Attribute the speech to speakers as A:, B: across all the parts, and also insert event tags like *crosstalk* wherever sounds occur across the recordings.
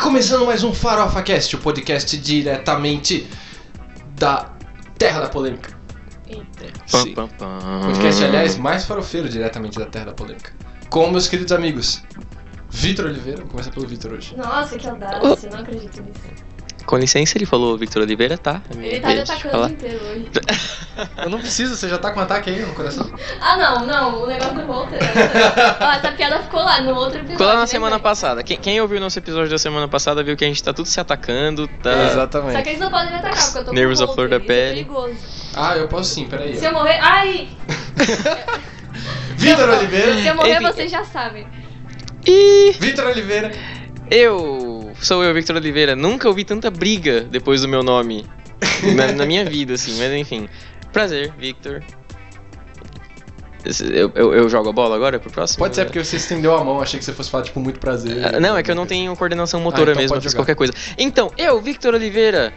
A: Começando mais um Farofa Cast, o podcast diretamente da Terra da Polêmica. Sim.
B: Pam, pam, pam.
A: Podcast, aliás, mais farofeiro diretamente da Terra da Polêmica. Com meus queridos amigos, Vitor Oliveira, vou começar pelo Vitor hoje.
C: Nossa, que audácia, não acredito nisso.
B: Com licença, ele falou Victor Oliveira, tá? É minha
C: Ele tá me
B: vez de
C: atacando o
B: falar.
C: dia inteiro hoje.
A: Eu não preciso, você já tá com um ataque aí no coração?
C: Ah, não, não, o negócio do Walter. né?
B: *laughs*
C: Ó, essa piada ficou lá no outro episódio.
B: Ficou lá na
C: né,
B: semana
C: velho?
B: passada. Quem, quem ouviu o nosso episódio da semana passada viu que a gente tá tudo se atacando, tá?
A: É.
C: Só que eles não podem me atacar, porque eu tô
B: Nervos
C: com
B: à
C: o Walter,
B: flor da
C: isso
B: pele.
C: É perigoso.
A: Ah, eu posso sim, peraí.
C: Se eu morrer. Ai!
A: Vitor Oliveira,
C: Se eu morrer,
B: Enfim.
C: vocês já sabem.
B: E
A: Vitor Oliveira,
B: eu sou eu, Victor Oliveira. Nunca ouvi tanta briga depois do meu nome *laughs* na, na minha vida, assim, mas enfim. Prazer, Victor. Esse- Eu, eu- eu jogo a bola agora pro próximo?
A: pode ser porque você estendeu a mão, achei que você fosse falar, tipo, muito prazer.
B: Ah, Não, é que eu não tenho coordenação
A: Ah,
B: motora
A: então
B: mesmo,
A: pode
B: eu fiz
A: jogar.
B: qualquer coisa. Então, eu, Victor Oliveira,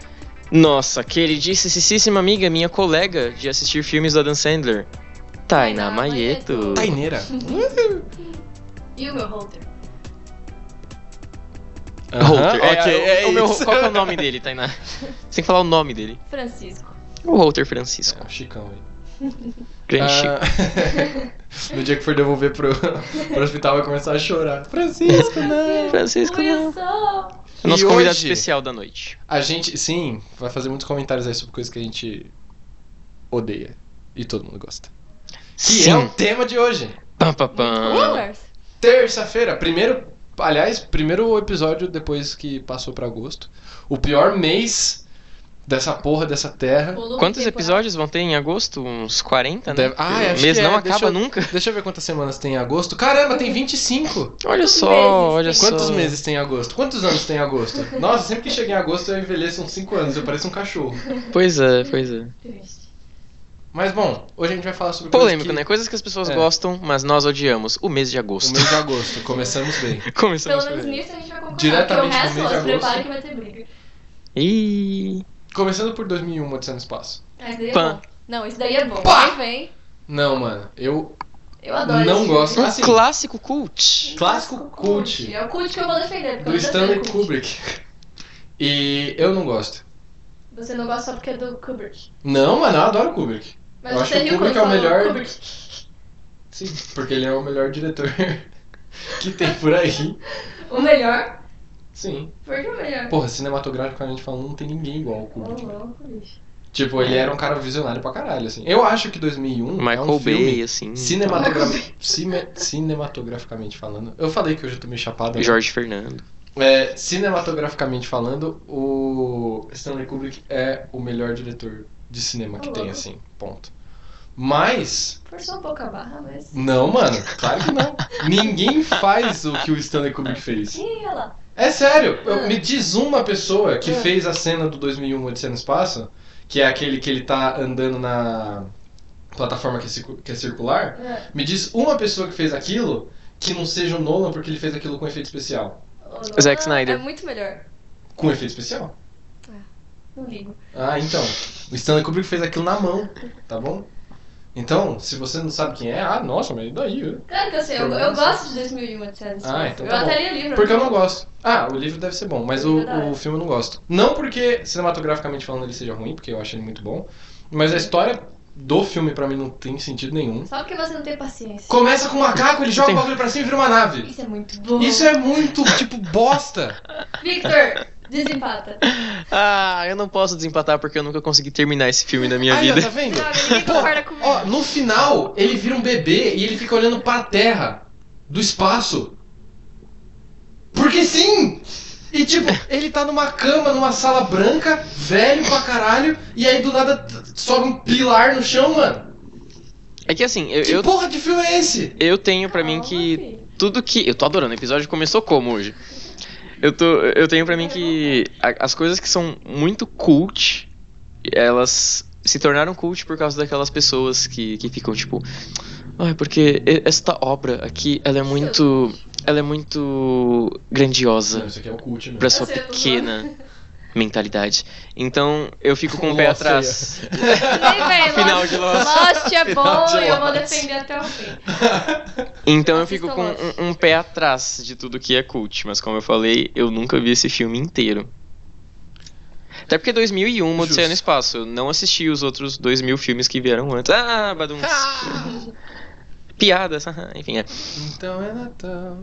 B: nossa queridíssima amiga, minha colega de assistir filmes da Dan Sandler, Tainá
C: Tainá
B: Maieto.
C: Maieto.
A: Taineira.
C: E o meu Walter?
B: Holter. É,
A: ok,
B: é,
A: é
B: o meu-
A: isso.
B: Qual que é o nome
A: *laughs*
B: dele, Tainá? Você tem que falar o nome dele.
C: Francisco.
B: O Holter Francisco.
A: É, o Chicão aí.
B: Grande Chico.
A: Ah, *laughs* no dia que for devolver pro, pro hospital vai começar a chorar. Francisco, não!
B: *laughs* Francisco, não.
C: Wilson!
B: É o Nosso
A: E
B: convidado
A: hoje?
B: especial da noite.
A: A gente, sim, vai fazer muitos comentários aí sobre coisas que a gente odeia e todo mundo gosta. Que é o
B: Sim.
A: tema de hoje.
B: Pam, pam, pam.
C: Rumors.
A: Terça-feira, primeiro, aliás, primeiro episódio depois que passou pra agosto. O pior mês dessa porra, dessa terra.
C: Volume
B: Quantos
C: temporal.
B: episódios vão ter em agosto? Uns 40, né?
A: Deve- Ah,
B: Porque
A: acho
B: o mês
A: que é,
B: não
A: deixa
B: acaba
A: eu-
B: nunca.
A: Deixa eu ver quantas semanas tem em agosto. Caramba, tem 25!
B: Olha
C: Quantos
B: só,
C: meses
B: olha
C: tem?
B: só.
A: Quantos meses tem em agosto? Quantos anos tem em agosto? Nossa, sempre que chega em agosto eu envelheço uns 5 anos, eu pareço um cachorro.
B: Pois é, pois é.
C: Triste.
A: Mas bom, hoje a gente vai falar sobre coisas
B: Polêmico,
A: que-
B: né? Coisas que as pessoas
A: É.
B: gostam, mas nós odiamos. O mês de
A: O
B: agosto.
A: mês de agosto, começamos bem.
B: *laughs* Começamos
C: Pelo menos
B: por aí.
C: nisso a gente vai concordar.
A: Diretamente
C: porque o resto,
A: no mês de
C: ó, se prepara
A: agosto.
C: que vai ter briga.
B: Ih,
A: Começando por 2001, Odisseia no Espaço.
C: Ah, isso daí é
B: Pã.
C: bom. Não, isso daí é bom.
A: Pá!
C: Quem vem,
A: Não, mano, eu
C: eu adoro
A: não
C: esse filme.
A: gosto.
B: um
A: Assim,
B: clássico cult.
A: clássico cult
C: É o cult que eu vou defender. porque
A: do
C: eu vou defender
A: Stanley
C: o cult.
A: Kubrick. E eu não gosto.
C: Você não gosta só porque é do Kubrick.
A: Não, mano, eu adoro Kubrick.
C: Mas
A: Eu acho
C: você
A: que o
C: riu quando
A: Kubrick é o
C: falou
A: melhor-
C: Kubrick.
A: Sim, porque ele é o melhor diretor *laughs* que tem por aí.
C: O melhor?
A: Sim.
C: Por que o melhor?
A: Porra, cinematográfico a gente fala, não tem ninguém igual ao
C: Ô,
A: Kubrick.
C: louco, bicho.
A: Tipo, ele era um cara visionário pra caralho, assim. Eu acho que 2001 é
B: Michael
A: um filme
B: Bay, assim.
A: cinematogra- cime- cinematograficamente falando. Eu falei que hoje eu tô meio chapado. né?
B: Jorge Fernando.
A: É, cinematograficamente falando, o Stanley Kubrick é o melhor diretor de cinema que
C: Ô,
A: tem,
C: louco.
A: assim, ponto. Mas,
C: Forçou um pouco a barra, mas.
A: não, mano, claro que não. Ninguém faz o que o Stanley Kubrick fez.
C: Ih, olha lá.
A: É sério, eu-
C: Ah.
A: me diz uma pessoa que
C: Ah.
A: fez a cena do 2001 Odisseia no Espaço, que é aquele que ele tá andando na plataforma que é circu- que é circular,
C: Ah,
A: me diz uma pessoa que fez aquilo que não seja o Nolan porque ele fez aquilo com efeito especial.
C: ô, louco.
B: Zack Snyder.
C: É muito melhor.
A: Com efeito especial?
C: Não ligo.
A: Ah, então. O Stanley Kubrick fez aquilo na mão, tá bom? Então, se você não sabe quem é, ah, nossa, mas e daí?
C: Claro que eu sei, eu,
A: Pelo
C: eu
A: menos-
C: gosto de 2001 Odisseia no Espaço.
A: Ah, então
C: um, Eu
A: tá
C: até
A: bom.
C: li o livro. né?
A: Porque eu não gosto. Ah, o livro deve ser bom, mas o,
C: Verdade.
A: o filme eu não gosto. Não porque, cinematograficamente falando, ele seja ruim, porque eu acho ele muito bom, mas a história do filme pra mim não tem sentido nenhum.
C: Só porque você não tem paciência.
A: Começa com um macaco, ele joga o bagulho pra cima e vira uma nave.
C: Isso é muito bom.
A: Isso é muito, tipo, bosta.
C: Victor, desempata.
B: Ah, eu não posso desempatar porque eu nunca consegui terminar esse filme na minha
A: Aí, ó,
B: vida.
A: tá vendo?
C: Droga, ninguém concorda comigo.
A: Ó, no final, ele vira um bebê e ele fica olhando pra terra do espaço. Porque sim! E
B: *laughs*
A: tipo, ele tá numa cama, numa sala branca, velho pra caralho, e aí do nada t- sobe um pilar no chão, mano.
B: É que assim, eu,
A: Que
B: eu,
A: porra de filme é esse?
B: eu tenho pra mim
C: Calma,
B: que
C: filho.
B: tudo que. Eu tô adorando, o episódio começou como hoje? Eu, tô, eu tenho pra mim que a- as coisas que são muito cult, elas se tornaram cult por causa daquelas pessoas que, que ficam tipo. Ai, porque e- esta obra aqui, ela é muito. Ela é muito grandiosa
A: isso aqui é o cult,
B: pra
A: mesmo. *laughs*
B: sua
C: Eu sei, eu tô
B: pequena. mentalidade. Então eu fico com o pé
A: Nossa,
B: atrás.
C: Nem vem,
B: Afinal
C: Lost.
B: de Lost.
C: Lost é
B: Afinal de
C: bom e eu vou
B: Lost.
C: defender até o fim.
B: Então eu
C: Assista
B: fico com
C: Lost.
B: um, um pé atrás de tudo que é cult, mas como eu falei, eu nunca vi esse filme inteiro. Até porque 2001, Odisseia no
A: Justo.
B: Espaço, eu não assisti os outros 2000 filmes que vieram antes. Ah, badum. Piadas, haha, enfim, é.
A: Então é Natal.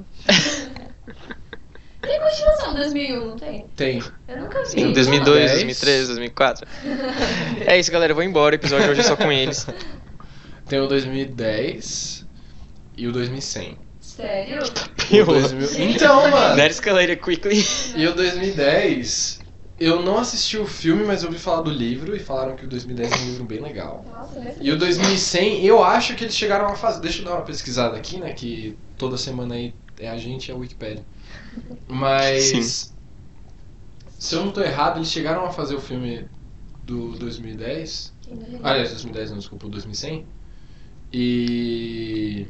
C: Tem continuação 2001, não tem?
A: Tem.
C: Eu nunca vi.
B: Em 2002,
A: Dez.
B: 2003, 2004. É isso, galera, eu vou embora, o episódio hoje é só com *laughs* eles.
A: Tem o 2010 e o 2100.
C: Sério?
A: O 2000... Então, mano.
B: That escalated quickly.
A: E o 2010, eu não assisti o filme, mas eu ouvi falar do livro e falaram que o 2010 é um livro bem legal.
C: Nossa,
A: E o 2100, eu acho que eles chegaram a fazer. Deixa eu dar uma pesquisada aqui, né? Que toda semana aí é a gente e a Wikipedia. Mas.
B: Sim.
A: Se eu não tô errado, eles chegaram a fazer o filme do 2010.
C: mas...
A: Aliás, 2010 não, desculpa, o 2100. E.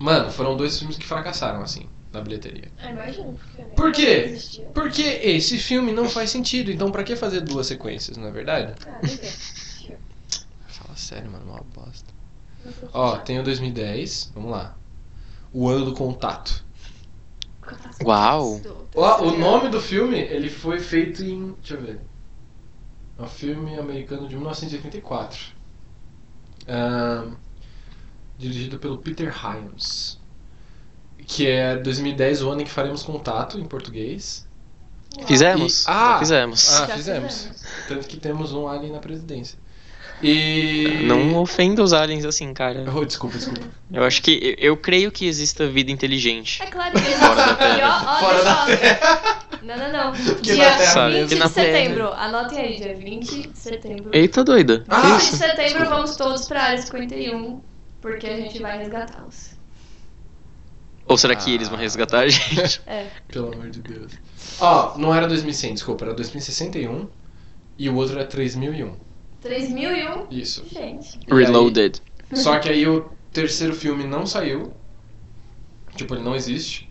A: Mano, foram dois filmes que fracassaram, assim, na bilheteria.
C: Ah, imagino. porque
A: Por quê?
C: não existia.
A: Porque esse filme não faz sentido, então pra que fazer duas sequências, não é verdade?
C: Ah, beleza.
A: Fala sério, mano, uma bosta. Ó, tem o 2010, vamos lá. O ano do contato.
B: Uau.
A: Ó, o nome do filme, ele foi feito em. Deixa eu ver. É um filme americano de 1984. Ahn, dirigido pelo Peter Hyams. Que é 2010, o ano em que faremos contato, em português.
B: Fizemos?
A: E- ah!
B: Fizemos.
A: Ah, fizemos. Tanto que temos um alien na presidência. E.
B: Não ofenda os aliens assim, cara.
A: Oh, desculpa, desculpa.
B: Eu acho que. eu- Eu creio que exista vida inteligente.
C: É claro que eles
B: Fora da
C: E ó, ó,
A: Fora
C: deixa
A: da
C: eu- Não, não, não.
A: Porque
C: dia
A: na Terra-
B: Sabe,
C: 20
B: que na
C: de
B: Terra-
C: setembro. Anotem aí, dia 20 de setembro.
B: Eita doida.
A: Ah!
B: Que
C: 20
B: isso?
C: de setembro vamos todos pra área 51, porque a gente vai resgatá-los.
B: Ou será que eles vão resgatar a gente?
C: É.
A: Pelo amor de Deus. Ó, não era 2100, desculpa, era 2061. E o outro era 3001.
C: 3001.
A: Isso.
C: Gente.
A: E
B: Reloaded.
A: aí- só que aí o terceiro filme não saiu. Tipo, ele não existe.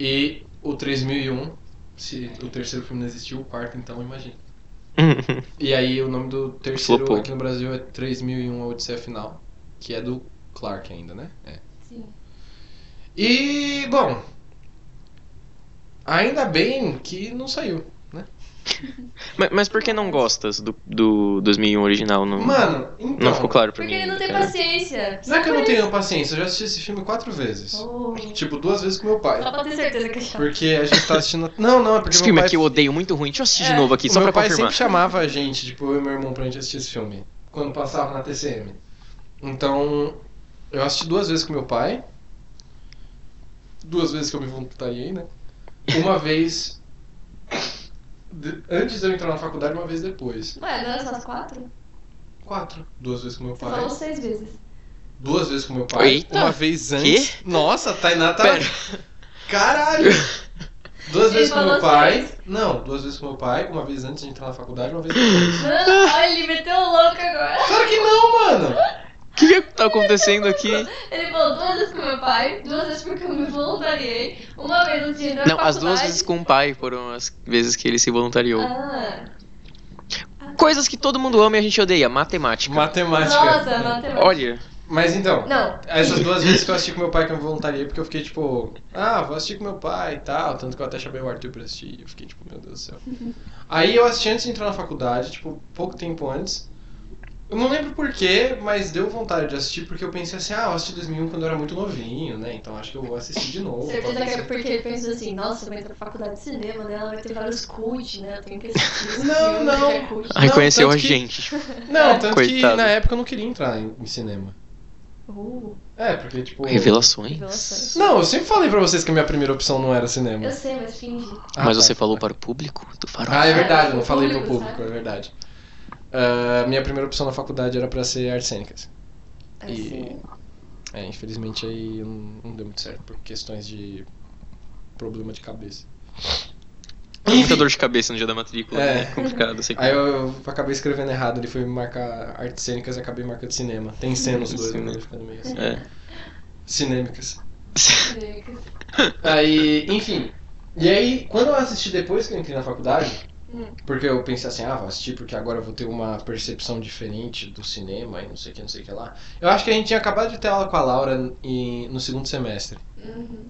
A: E o 3001, se o terceiro filme não existiu, o quarto então, imagina. E aí o nome do terceiro
B: Flopou.
A: aqui no Brasil é 3001 A Odisseia Final, que é do Clark ainda, né? É.
C: Sim.
A: E, bom, ainda bem que não saiu.
B: *laughs* mas, mas por que não gostas do, do 2001 original? Não,
A: Mano, então.
B: Hum. não ficou claro pra
C: Porque
B: mim.
C: ele não tem
B: cara.
C: paciência.
A: Não é que eu não
C: Mas-
A: tenho paciência, eu já assisti esse filme quatro vezes.
C: Oh.
A: Tipo, duas vezes com meu
C: Só
A: pai.
C: pra ter certeza que é chato.
A: Porque a gente tá assistindo. *laughs* Não, não, é porque
B: Esse
A: meu
B: filme
A: pai...
B: aqui eu odeio muito ruim. Deixa eu assistir
C: É.
B: de novo aqui,
A: O
B: só
A: meu
B: pra
A: pai
B: confirmar.
A: sempre chamava a gente, tipo, eu e meu irmão, pra gente assistir esse filme. Quando passava na TCM. Então, eu assisti duas vezes com meu pai. Duas vezes que eu me voluntariei, né?
B: *laughs*
A: Uma vez. de- antes de eu entrar na faculdade, uma vez depois.
C: Ué, não era só as quatro?
A: Quatro. Duas vezes com meu
C: Você
A: pai.
C: falou seis vezes.
A: Duas vezes com meu pai.
B: Eita.
A: Uma vez antes. Nossa, a Tainá tá.
B: Pera.
A: Caralho! Duas
C: Ele
A: vezes com
C: falou assim.
A: meu pai.
C: seis.
A: Não, duas vezes com meu pai. Uma vez antes de entrar na faculdade, uma vez depois.
C: Mano, olha, ele meteu o louco agora.
A: Claro que não,
C: *laughs*
A: mano!
B: *laughs* O que, que tá acontecendo aqui?
A: *laughs*
C: Ele falou duas vezes com meu pai, duas vezes porque eu me voluntariei, uma vez antes de entrar
B: Não,
C: na
B: as duas
C: faculdade.
B: vezes com o pai foram as vezes que ele se voluntariou.
C: Ah,
A: Ah.
B: Coisas que todo mundo ama e a gente odeia. Matemática.
A: Matemática.
C: nossa, matemática.
B: Olha,
A: Mas então,
C: Não.
A: essas duas vezes que eu assisti com meu pai que eu me voluntariei, porque eu fiquei tipo, ah, vou assistir com meu pai e tal. Tanto que eu até chamei o Arthur pra assistir. Eu fiquei tipo, meu Deus do céu. Aí eu assisti antes de entrar na faculdade, tipo, pouco tempo antes. Eu não lembro porquê, mas deu vontade de assistir, porque eu pensei assim, ah, eu assisti 2001 quando eu era muito novinho, né? Então acho que eu vou assistir de novo.
C: Certeza
A: talvez
C: que é porque ele pensou assim, nossa, eu vou entrar na faculdade de cinema, né? Ela vai ter vários cult, né? Eu tenho que *laughs* assistir esse
A: Não,
C: filme
A: não.
C: que é cult.
A: Ai.
B: aí
A: Não,
B: conheceu a
A: tanto que-
B: gente. tipo,
A: Não, tanto
B: Coitado.
A: que na época eu não queria entrar em, em cinema.
C: Uh,
A: É, porque, tipo.
B: Revelações.
C: revelações.
A: Não, eu sempre falei pra vocês que a minha primeira opção não era cinema.
C: Eu sei, mas finge.
A: Ah,
B: Mas
A: tá.
B: você falou para o público do farol.
A: Ah, é verdade, eu não falei pro
C: Público,
A: público, é verdade. Ah, minha primeira opção na faculdade era pra ser artes cênicas.
C: Assim.
A: É, infelizmente aí não, não deu muito certo por questões de problema de cabeça.
B: Muita dor de cabeça no dia da matrícula.
A: É.
B: É né? complicado. eu Sei que...
A: Aí eu, eu acabei escrevendo errado, ele foi marcar artes cênicas e acabei marcando cinema. Tem cena os dois,
B: Cinema.
A: né? Ficando meio assim.
B: É.
A: Cinêmicas.
C: Sim.
A: Aí, enfim. E aí, quando eu assisti depois que eu entrei na faculdade,
C: Hum.
A: porque eu pensei assim, ah, vou assistir porque agora eu vou ter uma percepção diferente do cinema e não sei o que, não sei o que lá. Eu acho que a gente tinha acabado de ter aula com a Laura em- no segundo semestre,
C: Uhum.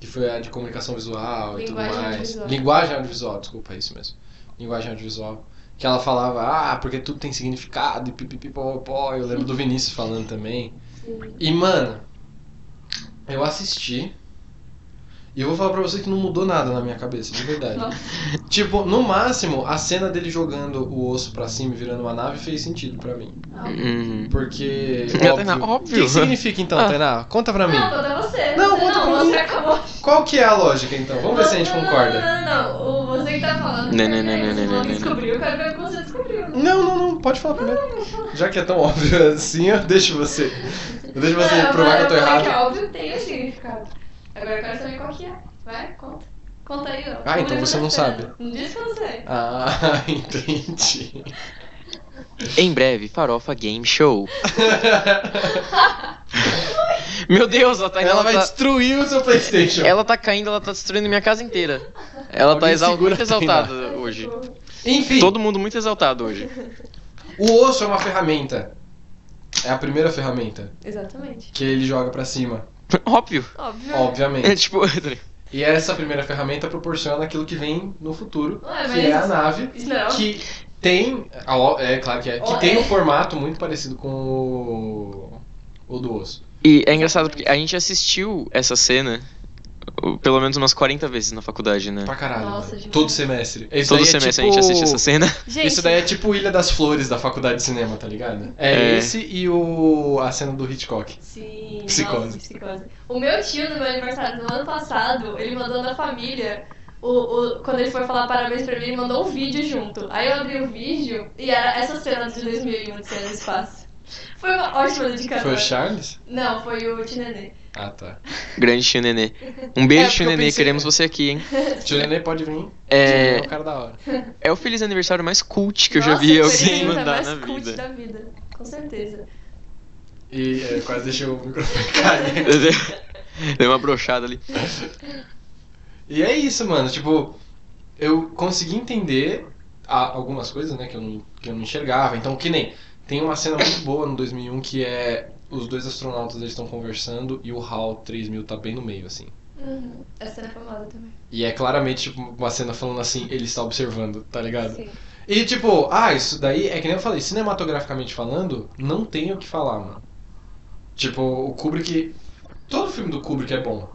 A: que foi a de comunicação visual e tudo
C: Linguagem
A: mais.
C: audiovisual.
A: Linguagem audiovisual, desculpa, é isso mesmo. Linguagem audiovisual. Que ela falava, ah, porque tudo tem significado e pipipipopopó. Eu
C: *laughs*
A: lembro do Vinícius falando também.
C: Sim.
A: E, mano, eu assisti. E eu vou falar pra você que não mudou nada na minha cabeça, de
C: *laughs*
A: verdade.
C: Nossa.
A: Tipo, no máximo, a cena dele jogando o osso pra cima e virando uma nave fez sentido pra mim.
C: Ah,
B: Uhum.
A: Porque.
B: É,
A: Óbvio.
B: Tainá, óbvio.
A: O que significa então,
B: Ah.
A: Tainá? Conta pra mim.
C: Não, conta você.
A: Não,
C: você,
A: conta
C: não
A: pra mim.
C: você acabou.
A: Qual que é a lógica então? Vamos ver se a gente
C: Não, não,
A: concorda. Né,
C: Não, não, não. O- Você que tá falando.
B: Não, não, não, não, não,
C: Você
B: não, não.
C: descobriu, eu quero ver o que você descobriu.
A: Não, não, não, pode falar primeiro. Já que é tão óbvio *laughs* assim, eu deixo você. Eu deixo você
C: Não,
A: provar que eu tô
C: falei
A: errado.
C: que é óbvio tem o significado. Agora eu quero saber qual que é. Vai, conta. Conta aí, ó.
A: Ah, então
C: Público
A: você
C: tá
A: não
C: esperando.
A: sabe.
C: Não disse que eu não sei.
A: Ah, *laughs* entendi.
B: Em breve, Farofa
A: *laughs*
B: Game Show. Meu Deus, ela tá,
A: Ela vai
B: tá,
A: destruir o seu PlayStation.
B: ela tá caindo, ela tá destruindo minha casa inteira. Ela tá
A: Alguém
B: exal-
A: segura
B: muito
A: a Tainá.
B: exaltada hoje.
A: Enfim.
B: Todo mundo muito exaltado hoje. *laughs*
A: O osso é uma ferramenta. É a primeira ferramenta
C: Exatamente.
A: que ele joga pra cima,
B: Óbvio.
C: Óbvio.
B: É
A: obviamente.
B: tipo. *laughs*
A: E essa primeira ferramenta proporciona aquilo que vem no futuro,
C: Ué, Ah, mas
A: que é a
C: isso-
A: nave,
C: Isso não é óbvio.
A: que tem, a ó- é claro que é, que
C: Ó,
A: tem
C: é.
A: um formato muito parecido com o, o do osso.
B: E é engraçado porque a gente assistiu essa cena uh, pelo menos umas 40 vezes na faculdade, né?
A: Pra caralho.
C: Nossa,
A: velho.
C: demais.
A: Todo semestre. Isso
B: Todo
A: daí é
B: semestre a
A: tipo-
B: gente assiste essa cena. *laughs*
C: Gente,
A: Isso daí é tipo Ilha das Flores da Faculdade de Cinema, tá ligado? É,
B: É.
A: esse e o a cena do Hitchcock.
C: Sim,
A: Psicose.
C: nossa, psicose. O meu tio, no meu aniversário do ano passado, ele mandou na família. O, o- quando ele foi falar parabéns pra mim, ele mandou um vídeo junto. Aí eu abri o vídeo e era essa cena de 2001 de Cena do Espaço. Foi uma ótima dedicação.
A: Foi o Charles?
C: Não, foi o Tinenê.
A: Ah, tá.
C: *laughs*
B: Grande tio Nenê. Um beijo,
A: É, porque
B: tio
A: eu
B: Nenê.
A: pensei-
B: Queremos você aqui, hein?
A: Tio Nenê pode vir.
B: É,
A: Tio Nenê é um cara da hora.
B: é o feliz aniversário mais cult que eu já
C: Nossa,
B: vi alguém
C: experiência
B: mandar
C: mais
B: na
C: cult
B: vida.
C: da vida. Com certeza.
A: E é, quase deixei o microfone cair.
B: *laughs* Deu uma brochada ali.
A: E é isso, mano. Tipo, eu consegui entender a- algumas coisas, né, que eu, não, que eu não enxergava. Então, que nem. Tem uma cena muito boa no 2001 que é os dois astronautas eles estão conversando e o HAL 3000 tá bem no meio, assim.
C: Uhum. Essa cena é famosa também.
A: E é claramente tipo, uma cena falando assim, ele está observando, tá ligado?
C: Sim.
A: E tipo, ah, isso daí é que nem eu falei, cinematograficamente falando, não tem o que falar, mano. Tipo, o Kubrick. Todo filme do Kubrick é bom,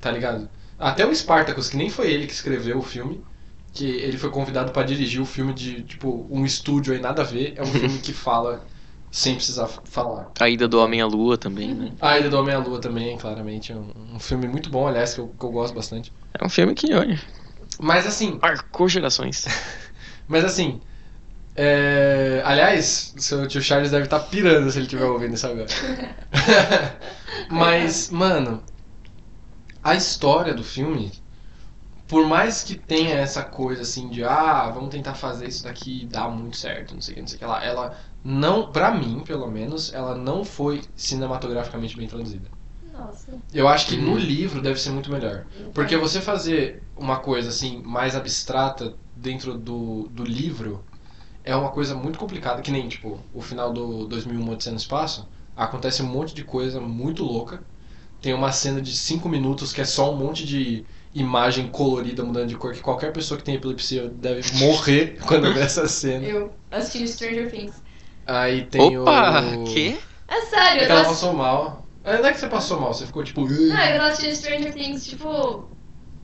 A: tá ligado? Até o Spartacus, que nem foi ele que escreveu o filme, que ele foi convidado pra dirigir o filme de, tipo, um estúdio aí nada a ver, é um filme que fala sem precisar f- falar.
B: A ida do Homem à Lua também, né?
A: A Ilha do Homem à Lua também, claramente, é um, um filme muito bom, aliás, que eu, que eu gosto bastante.
B: É um filme que, olha,
A: Mas assim,
B: marcou gerações.
A: Mas assim. é, Aliás, seu tio Charles deve estar pirando se ele estiver ouvindo isso agora. Mas, mano, a história do filme, por mais que tenha essa coisa assim de ah, vamos tentar fazer isso daqui e dar muito certo, não sei o que, não sei o que lá, ela não, pra mim, pelo menos, ela não foi cinematograficamente bem traduzida.
C: Nossa.
A: Eu acho que no livro deve ser muito melhor. Porque você fazer uma coisa assim mais abstrata dentro do, do livro é uma coisa muito complicada, que nem tipo o final do 2001 Odisseia no Espaço, acontece um monte de coisa muito louca. Tem uma cena de 5 minutos que é só um monte de imagem colorida mudando de cor que qualquer pessoa que tem epilepsia deve *laughs* morrer quando vê essa cena.
C: Eu assisti Stranger Things.
A: Aí tem
B: Opa!
A: o
B: Quê?
C: É sério, eu
A: Ela
C: assisti.
A: passou mal. É, Não é que você passou mal, você ficou tipo.
C: Não, Ah, eu tava assistindo Stranger Things, tipo.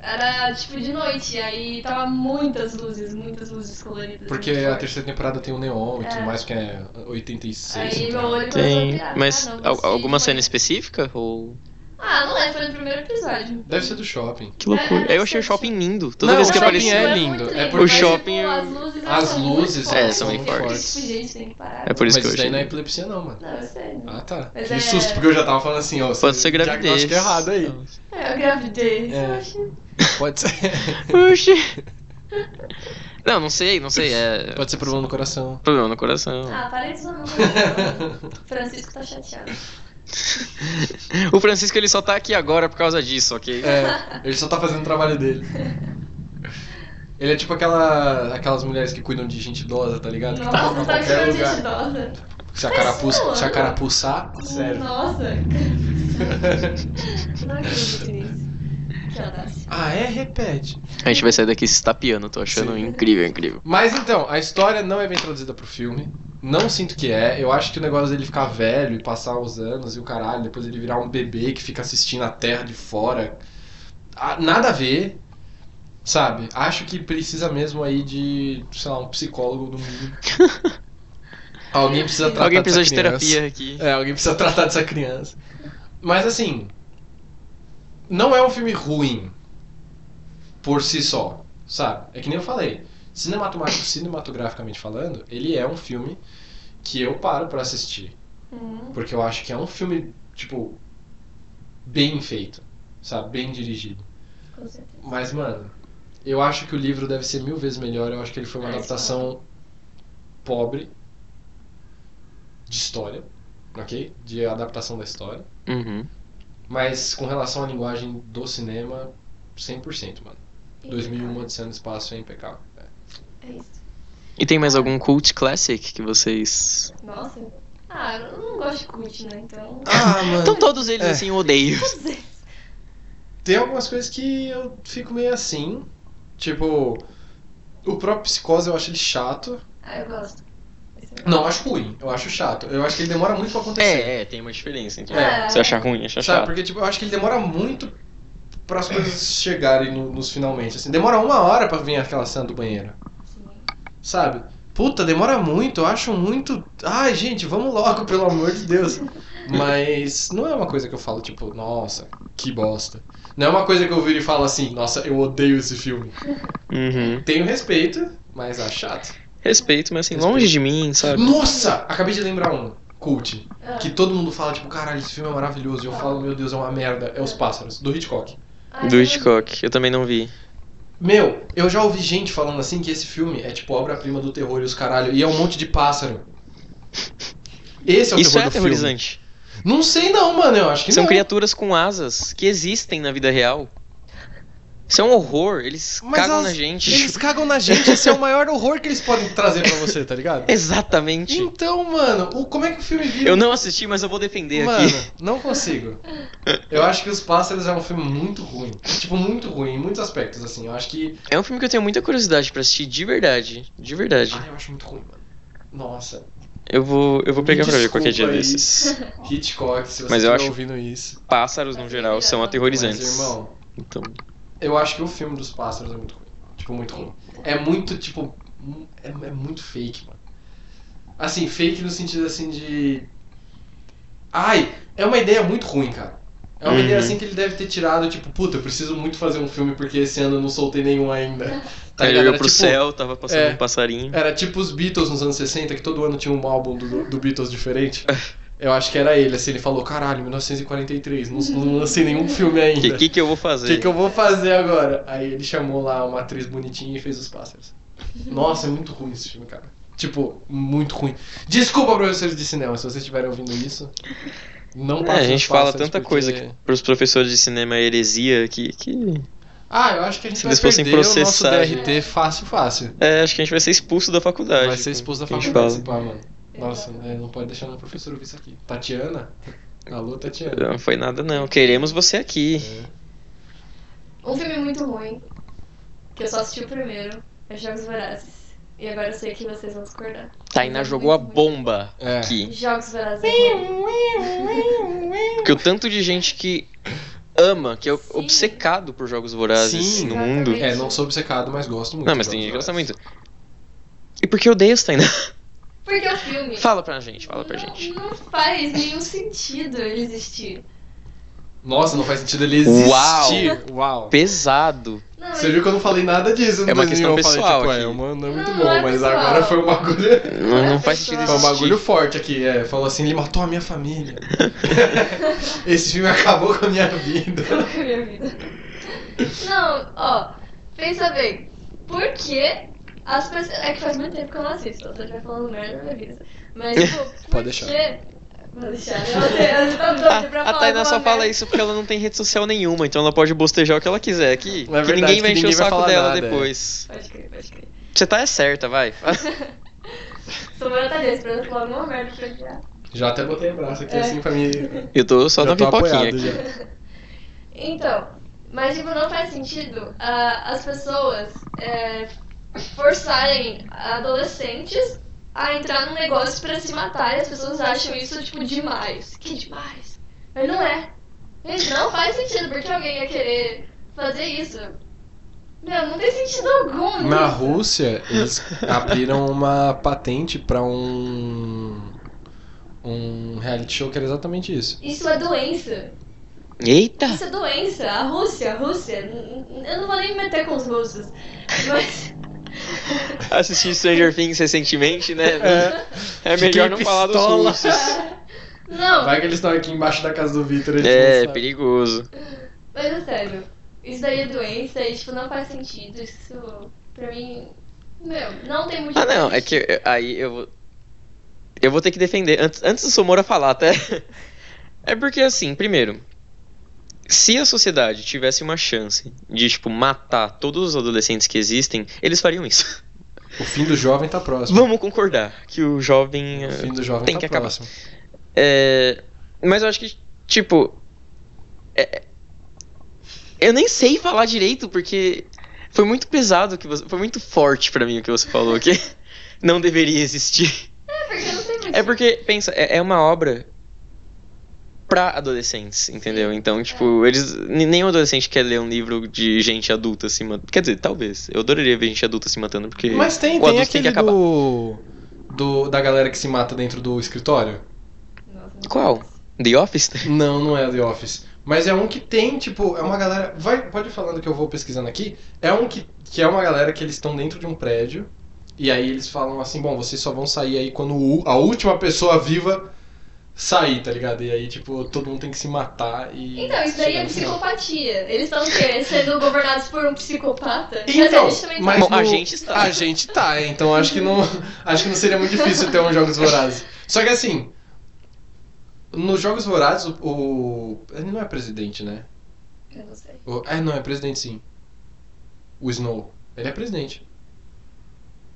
C: Era tipo de noite, aí tava muitas luzes, muitas luzes coloridas.
A: Porque
C: muito
A: a
C: fortes.
A: terceira temporada tem o neon e tudo
C: É.
A: mais, que é 86.
C: Aí
A: então.
C: meu olho começou a
B: Tem.
C: virar.
B: Mas
C: ah, não,
B: al-
C: assisti
B: alguma
C: de
B: cena
C: manhã.
B: específica? Ou.
C: Ah, não lembro, foi no primeiro episódio.
A: Deve ser do shopping.
B: Que loucura.
C: É,
B: Eu achei o
C: sim.
B: shopping lindo. Toda
A: Não,
B: vez que
A: o shopping
B: aparecia.
A: é
C: muito
A: lindo, é
C: mas,
A: porque-
B: O shopping-
C: Tipo, as
A: As
C: luzes, elas são muito
A: luzes,
C: fortes,
B: é, são muito
C: eu fiquei,
A: fortes.
C: Tipo, gente, tem que parar.
B: É por isso
A: Mas
B: que eu
A: isso daí
B: achei.
A: não é epilepsia, não, mano.
C: Não, eu sei.
A: Ah, tá.
C: Mas
A: que
C: é-
A: susto, porque eu já tava falando assim, ó.
B: Pode ser gravidez.
A: diagnóstico errado aí.
B: *laughs*
C: É, eu gravidez.
A: É.
C: Eu acho.
A: Pode ser.
B: Oxi. *laughs* Não, não sei, não sei. É.
A: Pode ser problema no
C: *laughs*
A: coração.
B: Problema no coração.
C: Ah, parei de usar
A: *laughs*
C: meu nome. Francisco tá chateado.
B: O Francisco ele só tá aqui agora por causa disso, ok?
A: É, ele só tá fazendo o trabalho dele. Ele é tipo aquela, aquelas mulheres que cuidam de gente idosa, tá ligado? Que
C: Nossa,
A: pra
C: tá
A: qualquer
C: tirando gente
A: lugar.
C: idosa.
A: Se a carapuça,
C: zoando.
A: se a carapuçar, sério.
C: Nossa. Não acredito nisso. Que audácia.
A: *laughs* Ah, é? Repete.
B: A gente vai sair daqui se estapeando, tô achando
A: Sim.
B: incrível, incrível.
A: Mas então, a história não é bem traduzida pro filme. Não sinto que é. Eu acho que o negócio dele ficar velho e passar os anos e o caralho, depois ele virar um bebê que fica assistindo a terra de fora. Ah, Nada a ver. Sabe? Acho que precisa mesmo aí de, sei lá, um psicólogo no mínimo. Alguém precisa tratar
B: Alguém precisa
A: dessa
B: de
A: Tá, criança.
B: terapia aqui.
A: É, alguém precisa *laughs* tratar dessa criança. Mas assim, não é um filme ruim por si só, sabe? É que nem eu falei. Cinematoma- cinematograficamente falando, ele é um filme que eu paro pra assistir,
C: Hum.
A: porque eu acho que é um filme tipo bem feito, sabe? Bem dirigido.
C: Com certeza.
A: Mas mano, eu acho que o livro deve ser mil vezes melhor. Eu acho que ele foi uma
C: Ah, isso
A: adaptação pobre de história, ok? De adaptação da história.
B: Uhum.
A: Mas com relação à linguagem do cinema, 100%, mano. 2001 Odisseia no Espaço é impecável. É.
C: É isso.
B: E tem mais algum cult classic que vocês.
C: Nossa. Ah, eu não gosto de cult, né? Então.
A: Ah,
B: Então todos eles
A: É.
B: assim eu odeio.
C: Todos
A: *laughs*
C: eles.
A: Tem algumas coisas que eu fico meio assim. Tipo, o próprio Psicose eu acho ele chato.
C: Ah, eu gosto. Esse é-
A: Não, eu acho ruim. Eu acho chato. Eu acho que ele demora muito pra acontecer.
B: É, é, tem uma diferença, então.
C: Ah,
A: É.
B: Você achar ruim,
A: Sabe?
B: achar Tá chato.
A: Porque tipo, eu acho que ele demora muito para as coisas chegarem no- nos finalmente. Assim, demora uma hora pra vir aquela cena do banheiro.
C: Sim.
A: Sabe? Puta, demora muito, eu acho muito. Ai, gente, vamos logo, pelo amor de Deus. Mas não é uma coisa que eu falo, tipo, nossa, que bosta. Não é uma coisa que eu viro e falo assim, nossa, eu odeio esse filme.
B: Uhum.
A: Tenho respeito, mas acho chato.
B: Respeito, mas assim,
A: Respeito.
B: longe de mim, sabe?
A: Nossa! Acabei de lembrar um, cult,
C: Ah,
A: que todo mundo fala, tipo, caralho, esse filme é maravilhoso. E eu falo, meu Deus, é uma merda. É Os Pássaros, do Hitchcock.
C: ah,
B: Do
A: é
C: eu-
B: Hitchcock, eu também não vi.
A: Meu, eu já ouvi gente falando assim que esse filme é tipo obra-prima do terror e os caralho, e é um monte de pássaro. Esse é o
B: Isso
A: terror
B: é
A: do filme.
B: aterrorizante.
A: Não sei não, mano, eu acho que
B: São
A: não. é?
B: criaturas com asas que existem na vida real. Isso é um horror, eles
A: Mas
B: cagam
A: elas-
B: na gente.
A: Eles cagam na gente, esse é o maior horror que eles podem trazer pra você, tá
B: *laughs*
A: ligado?
B: *laughs* Exatamente.
A: Então, mano, o- como é que o filme vira?
B: É, Eu não assisti, mas eu vou defender
A: Mano,
B: aqui.
A: não consigo. Eu acho que Os Pássaros é um filme muito ruim. Tipo, muito ruim, em muitos aspectos, assim. Eu acho que.
B: É um filme que eu tenho muita curiosidade pra assistir, de verdade. De verdade.
A: Ah, eu acho muito ruim, mano. Nossa.
B: Eu vou, eu vou
A: Me
B: pegar pra ver qualquer dia
A: desculpa aí.
B: desses.
A: Hitchcock, se você
B: Mas eu
A: estiver
B: acho-
A: ouvindo isso.
B: Pássaros, no geral, são aterrorizantes.
A: Mas, irmão,
B: Então,
A: eu acho que o filme dos pássaros é muito ruim. Tipo, muito ruim. É muito, tipo. mu- É, é muito fake, mano. Assim, fake no sentido assim de. Ai, é uma ideia muito ruim, cara. É uma
B: Uhum.
A: ideia assim que ele deve ter tirado, tipo, puta, eu preciso muito fazer um filme porque esse ano eu não soltei nenhum ainda. Tá
B: ele
A: ligado?
B: olhou
A: Era
B: pro
A: tipo,
B: céu, tava passando
A: é.
B: um passarinho.
A: era tipo os Beatles nos anos 60, que todo ano tinha um álbum do, do Beatles
B: *laughs*
A: diferente. Eu acho que era ele, assim, ele falou, caralho, 1943, não, não lancei nenhum filme
B: O
A: É ainda.
B: que, que que eu vou
A: O que,
B: fazer?
A: que eu vou fazer agora? Aí ele chamou lá uma atriz bonitinha e fez os pássaros. Nossa, é muito ruim esse filme, cara. Tipo, muito ruim. Desculpa, professores de cinema, se vocês estiverem ouvindo isso. Não
B: É,
A: passa
B: a gente
A: os
B: fala
A: pássaros
B: tanta
A: porque-
B: coisa que pros professores de cinema é heresia que, que.
A: Ah, eu acho que a gente
B: Se
A: vai
B: eles fossem
A: perder o nosso
B: processar,
A: DRT fácil, fácil.
B: É, acho que a gente vai ser expulso da faculdade.
A: Vai ser expulso da
B: com o que a
A: faculdade
B: gente fala.
A: participar, mano. Nossa, né, não pode deixar meu professor ouvir isso aqui. Tatiana? Alô, Tatiana. É.
B: Não foi nada, não. Queremos você aqui.
C: Um filme muito ruim, que eu só assisti o primeiro, é Jogos Vorazes. E agora eu sei que vocês vão discordar.
B: Tainá Tá, jogou a bomba
A: É.
B: aqui.
C: Jogos Vorazes. é ruim.
B: Porque o tanto de gente que ama, que é
C: Sim.
B: obcecado por jogos vorazes
A: Sim.
B: no mundo.
C: Exatamente.
A: É, não sou obcecado, mas gosto muito.
B: Não, mas
A: de
B: tem gente que
A: jogos
B: gosta
A: vorazes.
B: muito. E por que odeia isso, Tainá?
C: Porque o filme.
B: Fala pra gente, fala pra
C: não,
B: gente.
C: Não faz nenhum sentido ele existir.
A: Nossa, não faz sentido ele existir. Uau!
B: Pesado.
C: Não,
A: Você viu que eu não falei nada disso, no
B: É uma
A: 2001,
B: questão
A: eu falei,
B: pessoal
A: tipo,
B: aqui.
A: é, mano, é muito
C: Não,
A: bom,
C: é
A: mas
C: pessoal.
A: agora foi um bagulho.
B: Não, não faz
C: Foi
B: sentido
C: um
A: Foi um
B: existir.
A: bagulho forte aqui, é. Falou assim, ele matou a minha família. *laughs* Esse filme acabou com a minha vida.
C: Acabou com a minha vida. Não, ó, pensa bem. Por que as pessoas. É que né? faz muito tempo que eu não assisto, então se eu estiver falando merda, me avisa. Mas, tipo, por
A: Pode deixar.
C: que Alexandre, você, você tá doido pra
B: Ah, A
C: falar
B: Tainá
C: alguma
B: só fala
C: merda.
B: isso porque ela não tem rede social nenhuma, então ela pode bostejar o que ela quiser
A: É
B: aqui. que
A: verdade,
B: ninguém vai
A: que
B: encher
A: ninguém
B: o
A: vai
B: saco
A: falar
B: dela
A: nada, é.
B: depois.
C: Pode crer, pode crer. *laughs*
B: Você tá é certa, vai. *laughs*
C: Somara tá ali esperando falar alguma merda pra tirar.
A: Já até botei o braço aqui
C: É.
A: assim pra mim.
B: Eu tô só
A: já
B: na
A: tô
B: pipoquinha
A: apoiado
B: aqui.
A: já.
C: Então, mas tipo, não faz sentido ah, as pessoas é, forçarem adolescentes a entrar num negócio pra se matar e as pessoas acham isso, tipo, demais. Que demais. Mas não é. Gente, não faz sentido porque alguém ia querer fazer isso. Meu, não tem sentido algum.
A: Na
C: nisso.
A: Rússia, eles abriram uma patente pra um um reality show que era exatamente isso.
C: Isso é doença.
B: Eita!
C: Isso é doença. A Rússia, a Rússia. n- n- Eu não vou nem me meter com os russos. Mas.
B: *laughs* Assisti Stranger Things recentemente, né? É,
A: Fiquei
B: melhor não falar dos
A: pistola.
B: russos.
C: Não,
A: Vai que eles estão aqui embaixo da casa do Victor. eles
B: É,
A: não sabem.
B: perigoso.
C: mas é sério. Isso daí é doença e, tipo, não faz sentido. Isso, pra mim. Meu, não tem muito.
B: Ah, não, é que eu- aí eu vou. Eu vou ter que defender. Antes, antes do Somora falar, até. *laughs* É porque, assim, primeiro. Se a sociedade tivesse uma chance de, tipo, matar todos os adolescentes que existem, eles fariam isso. *laughs*
A: O fim do jovem tá próximo.
B: Vamos concordar que o jovem.
A: O
B: eh,
A: fim do jovem
B: tem
A: tá
B: que acabar.
A: próximo.
B: É, mas eu acho que, tipo. é- eu nem sei falar direito, porque foi muito pesado o que você. Foi muito forte pra mim o que você falou que *laughs* não deveria existir.
C: É porque não tem muito.
B: É porque, pensa, é, é uma obra pra adolescentes, entendeu? Então,
A: É.
B: tipo, eles. n- Nenhum adolescente quer ler um livro de gente adulta se matando. Quer dizer, talvez. Eu adoraria ver gente adulta se matando, porque.
A: Mas tem,
B: o
A: tem
B: adulto tem
A: aquele
B: que acabar.
A: do, do. Da galera que se mata dentro do escritório?
C: Nossa, não
B: Qual?
C: sei.
B: The Office?
A: Não, não é The Office. Mas é um que tem, tipo, é uma galera. Vai, pode ir falando que eu vou pesquisando aqui. É um que, que é uma galera que eles estão dentro de um prédio. E aí eles falam assim, bom, vocês só vão sair aí quando o- a última pessoa viva sair, tá ligado? E aí, tipo, todo mundo tem que se matar e.
C: Então, isso daí
A: chegar
C: é
A: no final.
C: psicopatia. Eles estão o quê? Sendo governados por um psicopata?
A: Então,
C: mas a gente também
A: mas
B: Bom,
A: no-
B: a gente está.
A: A gente tá, é, então acho que não, acho que não seria muito difícil ter um Jogos Vorazes. Só que assim, nos Jogos Vorazes, o, o- ele não é presidente, né?
C: tá. Eu não sei.
A: O- é, não, é presidente sim. O Snow, ele é presidente.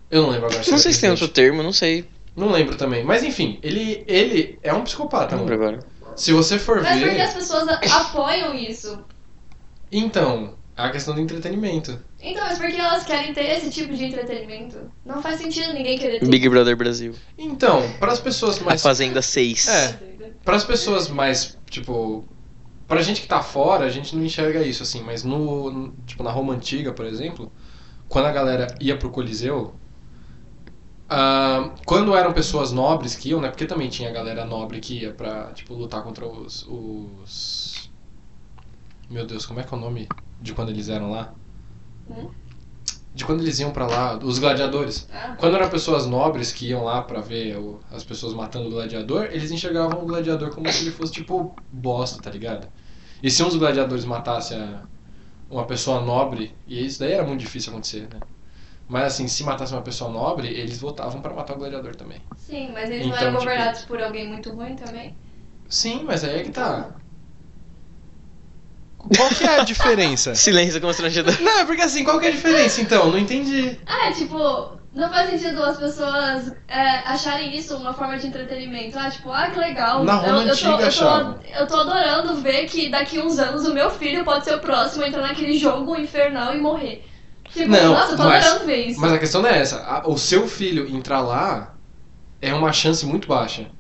A: Eu não lembro agora.
B: Não
A: ele é
B: sei se tem outro
A: presidente.
B: termo, não sei.
A: Não lembro também, mas enfim, ele ele é um psicopata,
B: Não lembro
A: mano.
B: agora.
A: Se você for
C: Mas é porque
A: ver,
C: as pessoas a- apoiam isso.
A: então, é a questão do entretenimento.
C: Então, mas por que elas querem ter esse tipo de entretenimento? Não faz sentido ninguém querer ter.
B: Big Brother Brasil.
A: Então, para as pessoas mais
B: A Fazenda 6.
A: É.
C: tipo
A: Para as pessoas mais, tipo, pra gente que tá fora, a gente não enxerga isso assim, mas no, no- tipo, na Roma antiga, por exemplo, quando a galera ia pro Coliseu, ah, quando eram pessoas nobres que iam, né? Porque também tinha galera nobre que ia pra, tipo, lutar contra os, os Meu Deus, como é que é o nome de quando eles eram lá?
C: Hum?
A: De quando eles iam pra lá, os gladiadores.
C: Ah,
A: Quando eram pessoas nobres que iam lá pra ver o- as pessoas matando o gladiador, eles enxergavam o gladiador como se ele fosse tipo bosta, tá ligado? E se um dos gladiadores matasse a- uma pessoa nobre, e isso daí era muito difícil acontecer, né? Mas assim, se matasse uma pessoa nobre, eles votavam pra matar o gladiador também.
C: sim, mas eles não
A: Então,
C: eram
A: tipo-
C: governados por alguém muito ruim também?
A: Sim, mas aí é que tá. Qual que é a diferença?
B: Silêncio constrangedor.
A: Não, é porque assim, qual que é a diferença então? Não entendi.
C: Ah, é, tipo, não faz sentido as pessoas é, acharem isso uma forma de entretenimento. Ah, tipo, ah, que legal.
A: Na Roma
C: eu, eu, tô,
A: antiga
C: eu,
A: achavam.
C: tô, eu tô adorando ver que daqui uns anos o meu filho pode ser o próximo a entrar naquele jogo infernal e morrer. Tipo,
A: Não,
C: nossa, eu tô
A: mas-
C: adorando ver isso.
A: Mas a questão não é essa. A- O seu filho entrar lá é uma chance muito baixa.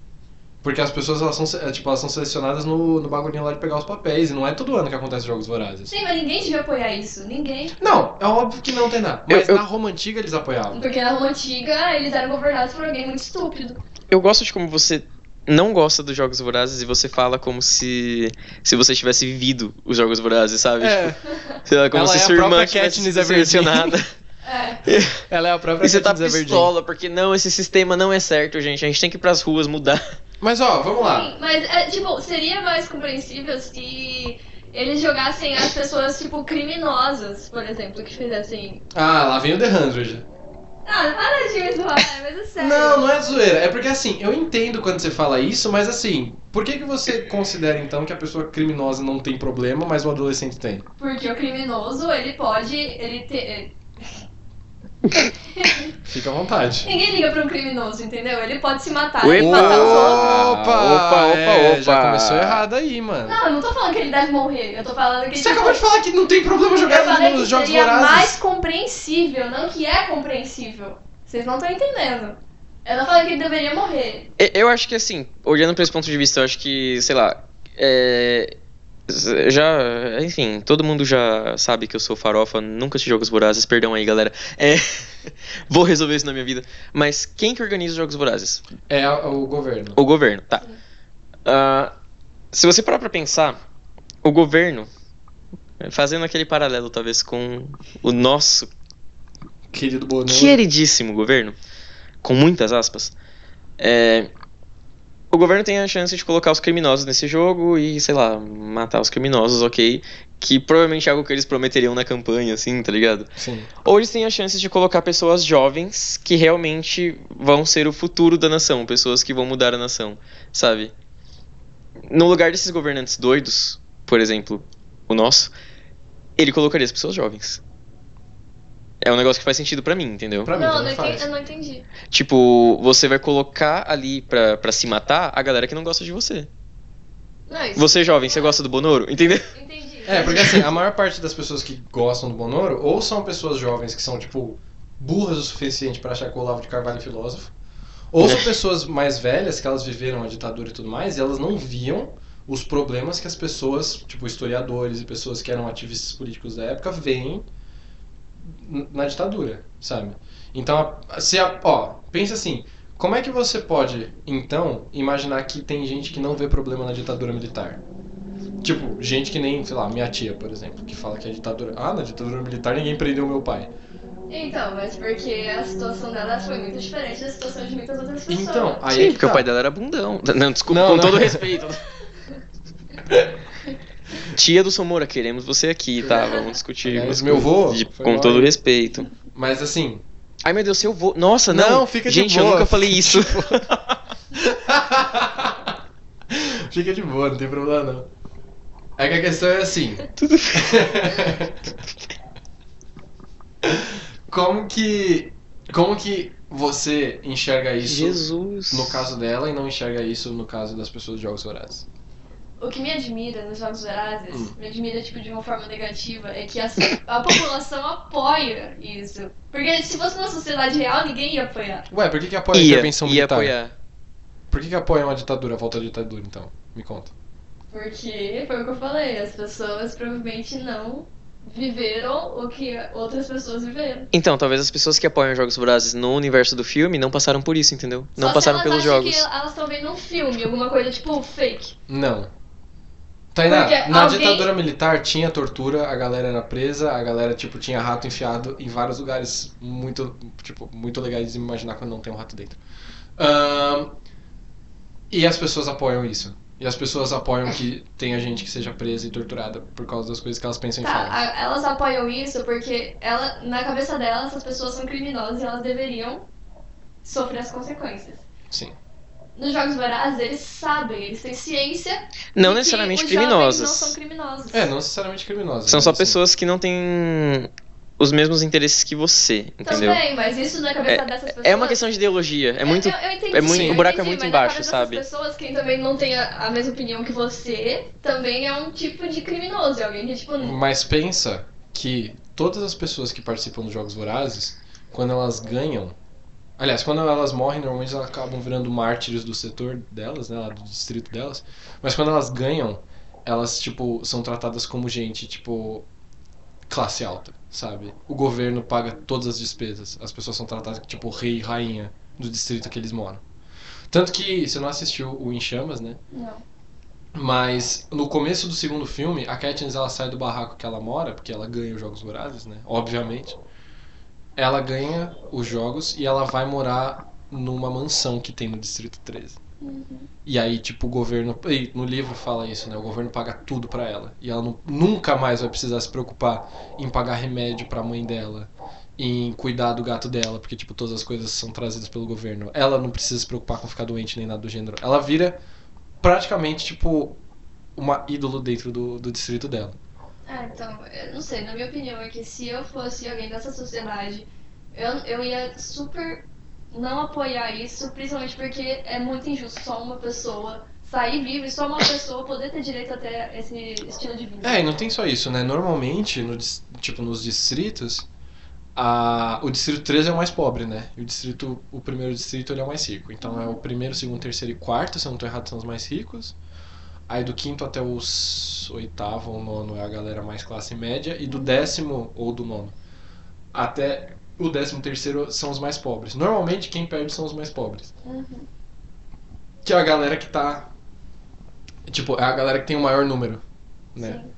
A: Porque as pessoas elas são, se- é, tipo, elas são selecionadas no, no bagulhinho lá de pegar os papéis. E não é todo ano que acontece Jogos Vorazes.
C: Sim, mas ninguém devia apoiar isso. Ninguém.
A: Não, é óbvio que não tem nada. Mas
B: Eu- eu-
A: na Roma Antiga eles apoiavam.
C: Porque na Roma Antiga eles eram governados por alguém muito estúpido.
B: Eu gosto de como você não gosta dos Jogos Vorazes e você fala como se se você tivesse vivido os Jogos Vorazes, sabe? Tipo, sei lá, como
A: É. Ela
B: se
A: é a
B: sua irmã
A: própria
B: tivesse
A: Katniss
B: sido
A: Everdeen.
B: selecionada.
C: É.
A: *laughs* ela é a
B: e
A: própria
B: você tá pistola porque não, esse sistema não é certo, gente. A gente tem que ir pras ruas mudar.
A: Mas ó, vamos lá.
C: Sim, mas é, tipo, seria mais compreensível se eles jogassem as pessoas, tipo, criminosas, por exemplo, que fizessem.
A: Ah, lá vem o The Hundred.
C: Ah, para de me zoar, mas
A: *laughs*
C: é sério.
A: Não, não é zoeira. É porque assim, eu entendo quando você fala isso, mas assim, por que, que você considera então que a pessoa criminosa não tem problema, mas o adolescente tem?
C: Porque o criminoso, ele pode. Ele ter.
A: Fica à vontade.
C: Ninguém liga pra um criminoso, entendeu? Ele pode se matar,
B: Uepa!
C: ele pode matar os outros.
B: Opa, opa,
A: é,
B: opa.
A: Já começou errado aí, mano.
C: Não, eu não tô falando que ele deve morrer, eu tô falando que ele.
A: Você acabou de falar que não tem problema
C: Eu
A: jogar
C: falei
A: nos,
C: que
A: jogos
C: seria
A: vorazes.
C: mais compreensível, não que é compreensível. Vocês não estão entendendo. Eu não falei que ele deveria morrer.
B: E- Eu acho que assim, olhando pra esse ponto de vista, eu acho que, sei lá, é, z- já, enfim, todo mundo já sabe que eu sou farofa, nunca assisti Jogos Vorazes, perdão aí, galera. É, *laughs* vou resolver isso na minha vida. Mas quem que organiza os Jogos Vorazes?
A: É o governo.
B: O governo, tá. Ah, se você parar pra pensar, o governo, fazendo aquele paralelo talvez com o nosso
A: Querido Bono.
B: queridíssimo governo, com muitas aspas, é, o governo tem a chance de colocar os criminosos nesse jogo e, sei lá, matar os criminosos, ok? Que provavelmente é algo que eles prometeriam na campanha, assim, tá ligado?
A: Sim.
B: Ou eles têm a chance de colocar pessoas jovens que realmente vão ser o futuro da nação, pessoas que vão mudar a nação, sabe? No lugar desses governantes doidos, por exemplo, o nosso, ele colocaria as pessoas jovens. É um negócio que faz sentido pra mim, entendeu?
A: Pra mim,
C: não,
A: tanto
C: não
A: faz.
C: entendi, eu não entendi.
B: Tipo, você vai colocar ali pra, pra se matar a galera que não gosta de você.
C: Não, isso-
B: Você jovem, você gosta do Bonoro? Entendeu?
C: Entendi.
A: É, porque assim, a maior parte das pessoas que gostam do Bonoro ou são pessoas jovens que são, tipo, burras o suficiente pra achar que o Olavo de Carvalho é filósofo, ou são pessoas mais velhas, que elas viveram a ditadura e tudo mais, e elas não viam os problemas que as pessoas, tipo, historiadores e pessoas que eram ativistas políticos da época, veem n- na ditadura, sabe? Então, a- se a, ó, pensa assim, como é que você pode, então, imaginar que tem gente que não vê problema na ditadura militar? Tipo, gente que nem, sei lá, minha tia, por exemplo, que fala que a ditadura. Ah, na ditadura militar ninguém prendeu meu pai.
C: Então, mas porque a situação dela foi muito diferente da situação de muitas outras pessoas.
A: Então, aí. é
B: Sim,
A: que
B: porque o
A: tá.
B: pai dela era bundão. *laughs* Não, desculpa,
A: Não,
B: com
A: não.
B: todo respeito. *laughs* Tia do Somora, queremos você aqui, tá? Vamos discutir.
A: Aliás,
B: umas
A: É, meu
B: coisas
A: vô
B: de-
A: foi
B: com
A: mal,
B: todo
A: hein?
B: respeito.
A: Mas assim. *laughs*
B: Ai, meu Deus, seu vô. Nossa, não.
A: Não, fica de
B: Gente, eu
A: boa.
B: nunca falei isso. *laughs*
A: Fica de boa, não tem problema não. É que a questão é assim.
B: *laughs* Tudo
A: como que. Como que você enxerga isso
B: Jesus.
A: no caso dela e não enxerga isso no caso das pessoas de jogos horários?
C: O que me admira nos Jogos Vorazes,
A: Hum.
C: me admira tipo, de uma forma negativa, é que a, so- a população apoia isso. Porque se fosse uma sociedade real, ninguém ia apoiar.
A: Ué, por que, que apoia a
B: Ia,
A: intervenção
B: ia
A: militar?
B: apoiar.
A: Por que, que apoia uma ditadura, a volta à ditadura, então? Me conta.
C: Porque foi o que eu falei, as pessoas provavelmente não viveram o que outras pessoas viveram.
B: Então, talvez as pessoas que apoiam Jogos Vorazes no universo do filme não passaram por isso, entendeu? Não
C: Só
B: passaram
C: se elas
B: pelos
C: acham
B: jogos.
C: Que elas estão vendo um filme, alguma coisa tipo fake.
A: Não. Tainá,
C: Porque
A: na
C: alguém-
A: ditadura militar tinha tortura, a galera era presa, a galera, tipo, tinha rato enfiado em vários lugares muito, tipo, muito legais de imaginar quando não tem um rato dentro. Ahn, e as pessoas apoiam isso. E as pessoas apoiam que tenha gente que seja presa e torturada por causa das coisas que elas pensam em
C: Tá,
A: falar.
C: a- elas apoiam isso porque ela, na cabeça delas essas pessoas são criminosas e elas deveriam sofrer as consequências.
A: Sim.
C: Nos Jogos Vorazes, eles sabem, eles têm ciência. de
B: Não
C: que
B: necessariamente
C: os jovens
B: criminosas.
C: Não são criminosos.
A: É, não necessariamente criminosa.
B: São
A: mas
B: só
A: assim,
B: pessoas que não têm os mesmos interesses que você, entendeu?
C: Também, mas isso na cabeça dessas pessoas.
B: É uma questão de ideologia. É muito.
C: Eu, eu entendi,
B: é muito-
C: eu
B: o buraco é
C: entendi,
B: muito
C: mas
B: embaixo,
C: na cabeça
B: sabe?
C: Das pessoas, quem também não tem a, a mesma opinião que você, também é um tipo de criminoso. É alguém que, tipo, não-
A: Mas pensa que todas as pessoas que participam dos Jogos Vorazes, quando elas ganham. Aliás, quando elas morrem, normalmente elas acabam virando mártires do setor delas, né? Lá do distrito delas. Mas quando elas ganham, elas, tipo, são tratadas como gente, tipo, classe alta, sabe? O governo paga todas as despesas. As pessoas são tratadas como, tipo, rei e rainha do distrito que eles moram. Tanto que você não assistiu o Em Chamas, né?
C: não.
A: Mas no começo do segundo filme, a Katniss ela sai do barraco que ela mora, porque ela ganha os Jogos Vorazes, né? Obviamente. Ela ganha os jogos e ela vai morar numa mansão que tem no Distrito 13. E aí, tipo, o governo. e no livro fala isso, né? O governo paga tudo pra ela. E ela nu- nunca mais vai precisar se preocupar em pagar remédio pra mãe dela, em cuidar do gato dela, porque tipo todas as coisas são trazidas pelo governo. Ela não precisa se preocupar com ficar doente nem nada do gênero. Ela vira praticamente tipo uma ídolo dentro do, do distrito dela.
C: Ah, então, eu não sei, na minha opinião é que se eu fosse alguém dessa sociedade, eu, eu ia super não apoiar isso, principalmente porque é muito injusto só uma pessoa sair viva e só uma pessoa poder ter direito até esse estilo de vida.
A: É, e não tem só isso, né? Normalmente, no dis- tipo, nos distritos, a- o distrito 13 é o mais pobre, né? E o distrito, o primeiro distrito, ele é o mais rico. Então é o primeiro, segundo, terceiro e quarto, se eu não tô errado, são os mais ricos. Aí do quinto até os oitavo ou nono é a galera mais classe média. E do décimo ou do nono até o décimo terceiro são os mais pobres. Normalmente quem perde são os mais pobres.
C: Uhum.
A: Que é a galera que tá. Tipo, é a galera que tem o maior número. Né?
C: Sim.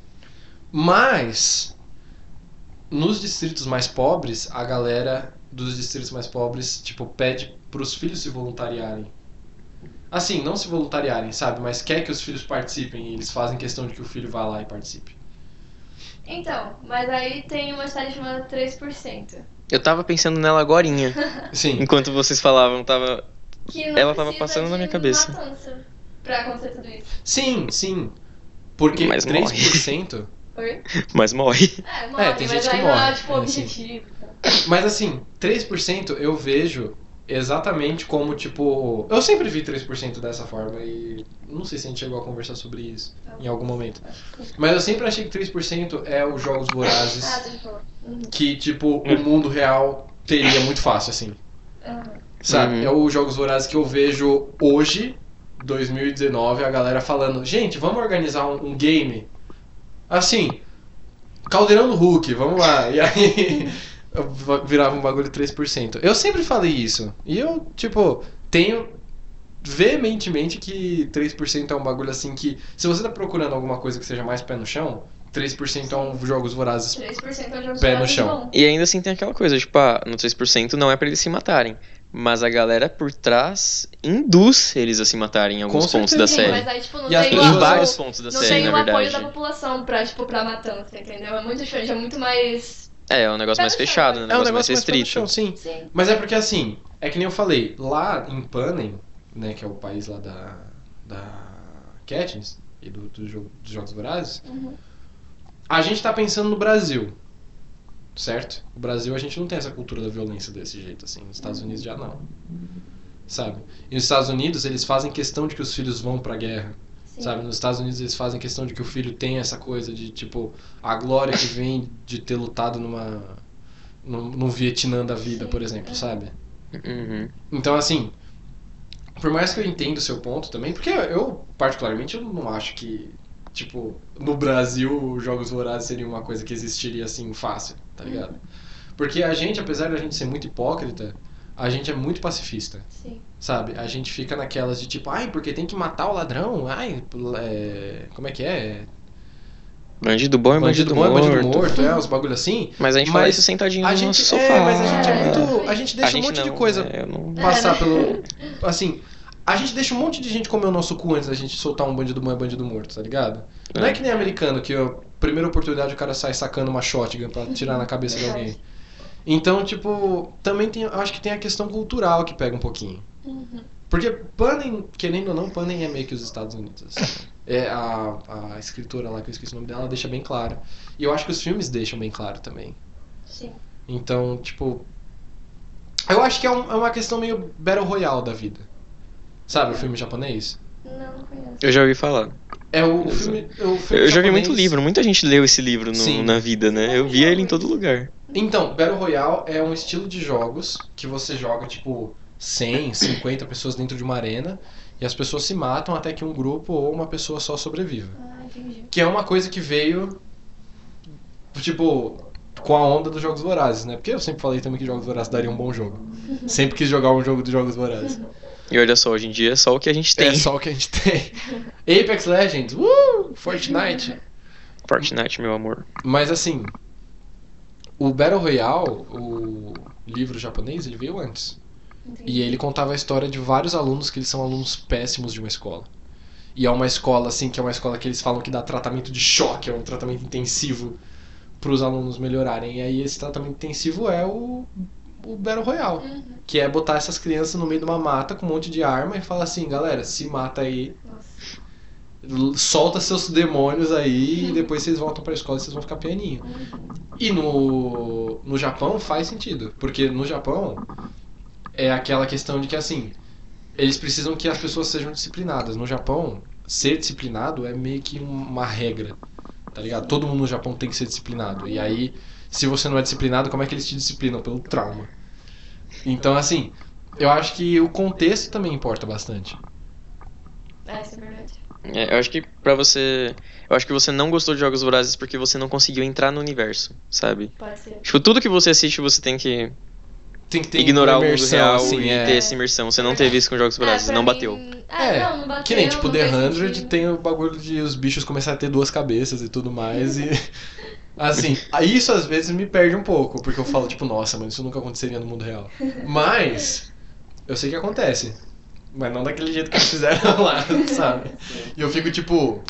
A: Mas nos distritos mais pobres, a galera dos distritos mais pobres, tipo, pede pros filhos se voluntariarem. Assim, não se voluntariarem, sabe? Mas quer que os filhos participem e eles fazem questão de que o filho vá lá e participe.
C: Então, mas aí tem uma cidade chamada 3%.
B: Eu tava pensando
C: *laughs*
B: nela agorinha,
A: Sim.
B: enquanto vocês falavam, tava. *laughs*
C: Que não
B: Ela tava
C: precisa
B: passando
C: de
B: na minha cabeça.
C: matança Pra acontecer tudo isso.
A: Sim, sim. Porque
B: Mas morre.
A: 3%.
C: Oi?
B: Mas morre.
C: É, morre,
A: tem
C: mas
A: gente que
C: aí não é
A: morre,
C: tipo
A: é,
C: objetivo. tá?
A: Mas assim, 3% eu vejo exatamente como, tipo. Eu sempre vi 3% dessa forma e não sei se a gente chegou a conversar sobre isso em algum momento. Mas eu sempre achei que 3% é os jogos
C: Ah,
A: vorazes
C: deixa eu falar.
A: que, tipo, o mundo real teria muito fácil, assim.
C: Aham.
A: Sabe?
B: Uhum.
A: É os jogos vorazes que eu vejo hoje, 2019, a galera falando: gente, vamos organizar um, um game. Assim, Caldeirão do Hulk, vamos lá. E aí *laughs* virava um bagulho 3%. Eu sempre falei isso. E eu, tipo, tenho veementemente que 3% é um bagulho assim que. Se você tá procurando alguma coisa que seja mais pé no chão, 3% é um jogos vorazes.
C: 3% é um jogo
A: Pé no
C: jogado
A: chão.
C: bom.
B: E ainda assim tem aquela coisa, tipo, ah, no 3% não é pra eles se matarem. Mas a galera por trás induz eles a se matarem em alguns
A: Com
B: pontos da
A: certeza.
B: série.
C: Mas aí, tipo, não
A: E as
C: tem
A: pessoas-
B: Em
C: o-
B: vários pontos da
C: não
B: série,
C: tem
B: na
C: o apoio
B: verdade.
C: da população pra, tipo, pra matança, entendeu? É muito diferente, é muito mais.
B: É, é um negócio
C: Pé
B: mais
C: no chão,
B: fechado,
C: né?
B: né?
A: É um
B: mais
A: negócio mais pé no
B: restrito.
A: chão, sim.
C: Sim.
A: Mas é porque assim, é que nem eu falei, lá em Panem, né, que é o país lá da, da Katniss e do, do jogo, dos Jogos Vorazes,
C: Uhum.
A: a gente tá pensando no Brasil, certo? O Brasil a gente não tem essa cultura da violência desse jeito, assim, nos Estados Unidos já não, sabe? E nos Estados Unidos eles fazem questão de que os filhos vão pra guerra,
C: Sim.
A: sabe? Nos Estados Unidos eles fazem questão de que o filho tenha essa coisa de, tipo, a glória que vem de ter lutado numa... num, num Vietnã da vida,
C: Sim. é.
A: por exemplo, sabe?
B: Uhum.
A: Então, assim, por mais que eu entenda o seu ponto também, porque eu, particularmente, eu não acho que, tipo, no Brasil, os jogos vorazes seria uma coisa que existiria, assim, fácil, tá ligado?
C: Uhum.
A: Porque a gente, apesar de a gente ser muito hipócrita, a gente é muito pacifista,
C: Sim.
A: sabe? A gente fica naquelas de, tipo, ai, porque tem que matar o ladrão, ai, é... como é que é?
B: Bandido bom é bandido,
A: bom é
B: morto.
A: bandido morto, é, os bagulho assim.
B: Mas a gente fala
A: Mas
B: isso sentadinho
A: A
B: no
A: gente,
B: nosso sofá.
A: é, mas a gente é
C: É.
A: muito, a gente deixa
B: A gente
A: um monte de
B: não,
A: coisa
B: né? Eu não-
A: passar
C: É.
A: pelo. Assim, a gente deixa um monte de gente comer o nosso cu antes da gente soltar um bandido bom e bandido morto, tá ligado? Não é que nem americano, que a primeira oportunidade o cara sai sacando uma shotgun pra tirar na cabeça de
C: Verdade.
A: alguém. Então, tipo, também tem, acho que tem a questão cultural que pega um pouquinho.
C: Uhum.
A: Porque Panem, querendo ou não, Panem é meio que os Estados Unidos. É a, a escritora lá, que eu esqueci o nome dela, deixa bem claro. E eu acho que os filmes deixam bem claro também.
C: Sim.
A: Então, tipo. Eu acho que é, um- é uma questão meio Battle Royale da vida. Sabe o filme japonês?
C: Não, não conheço.
B: Eu já ouvi falar.
A: É o
B: Beleza.
A: filme. o filme
B: Eu já vi
A: japonês-
B: muito livro, muita gente leu esse livro no-
A: Sim.
B: na vida, né? Eu via ele em todo lugar.
A: Então, Battle Royale é um estilo de jogos que você joga, tipo, 100, 50 pessoas dentro de uma arena e as pessoas se matam até que um grupo ou uma pessoa só sobreviva.
C: Ah, entendi.
A: Que é uma coisa que veio, tipo, com a onda dos Jogos Vorazes, né? Porque eu sempre falei também que Jogos Vorazes daria um bom jogo. Sempre quis jogar um jogo dos Jogos Vorazes.
B: E olha só, hoje em dia é só o que a gente tem.
A: É só o que a gente tem. *laughs* Apex Legends, uh, Fortnite.
B: Fortnite, meu amor.
A: Mas assim, o Battle Royale, o livro japonês, ele veio antes.
C: Entendi.
A: E ele contava a história de vários alunos que eles são alunos péssimos de uma escola. E é uma escola, assim, que é uma escola que eles falam que dá tratamento de choque, é um tratamento intensivo para os alunos melhorarem. E aí esse tratamento intensivo é o, o Battle Royale,
C: Uhum.
A: que é botar essas crianças no meio de uma mata com um monte de arma e falar assim, galera, se mata aí,
C: Nossa.
A: l- solta seus demônios aí e depois vocês voltam para a escola e vocês vão ficar pianinho. E no, no Japão faz sentido, porque no Japão é aquela questão de que assim, eles precisam que as pessoas sejam disciplinadas. No Japão, ser disciplinado é meio que uma regra, tá ligado? Todo mundo no Japão tem que ser disciplinado. E aí, se você não é disciplinado, como é que eles te disciplinam? Pelo trauma. Então, assim, eu acho que o contexto também importa bastante.
C: É, isso é verdade.
B: É, eu acho que pra você. Eu acho que você não gostou de Jogos Vorazes porque você não conseguiu entrar no universo, sabe?
C: Pode ser.
B: Tipo, tudo que você assiste você tem que
A: Tem que ter
B: ignorar
A: uma
B: o mundo real
A: assim,
B: e
A: é.
B: ter essa imersão. Você não teve isso com Jogos Vorazes,
C: pra
B: não
C: mim-
B: bateu.
C: É,
A: É,
C: não, não bateu.
A: Que nem, tipo,
C: não
A: The
C: fez
A: 100
C: sentido.
A: tem o bagulho de os bichos começarem a ter duas cabeças e tudo mais, e... Assim, isso às vezes me perde um pouco, porque eu falo, tipo, nossa, mano, isso nunca aconteceria no mundo real. Mas, eu sei que acontece. Mas não daquele jeito que eles fizeram lá, sabe? E eu fico, tipo...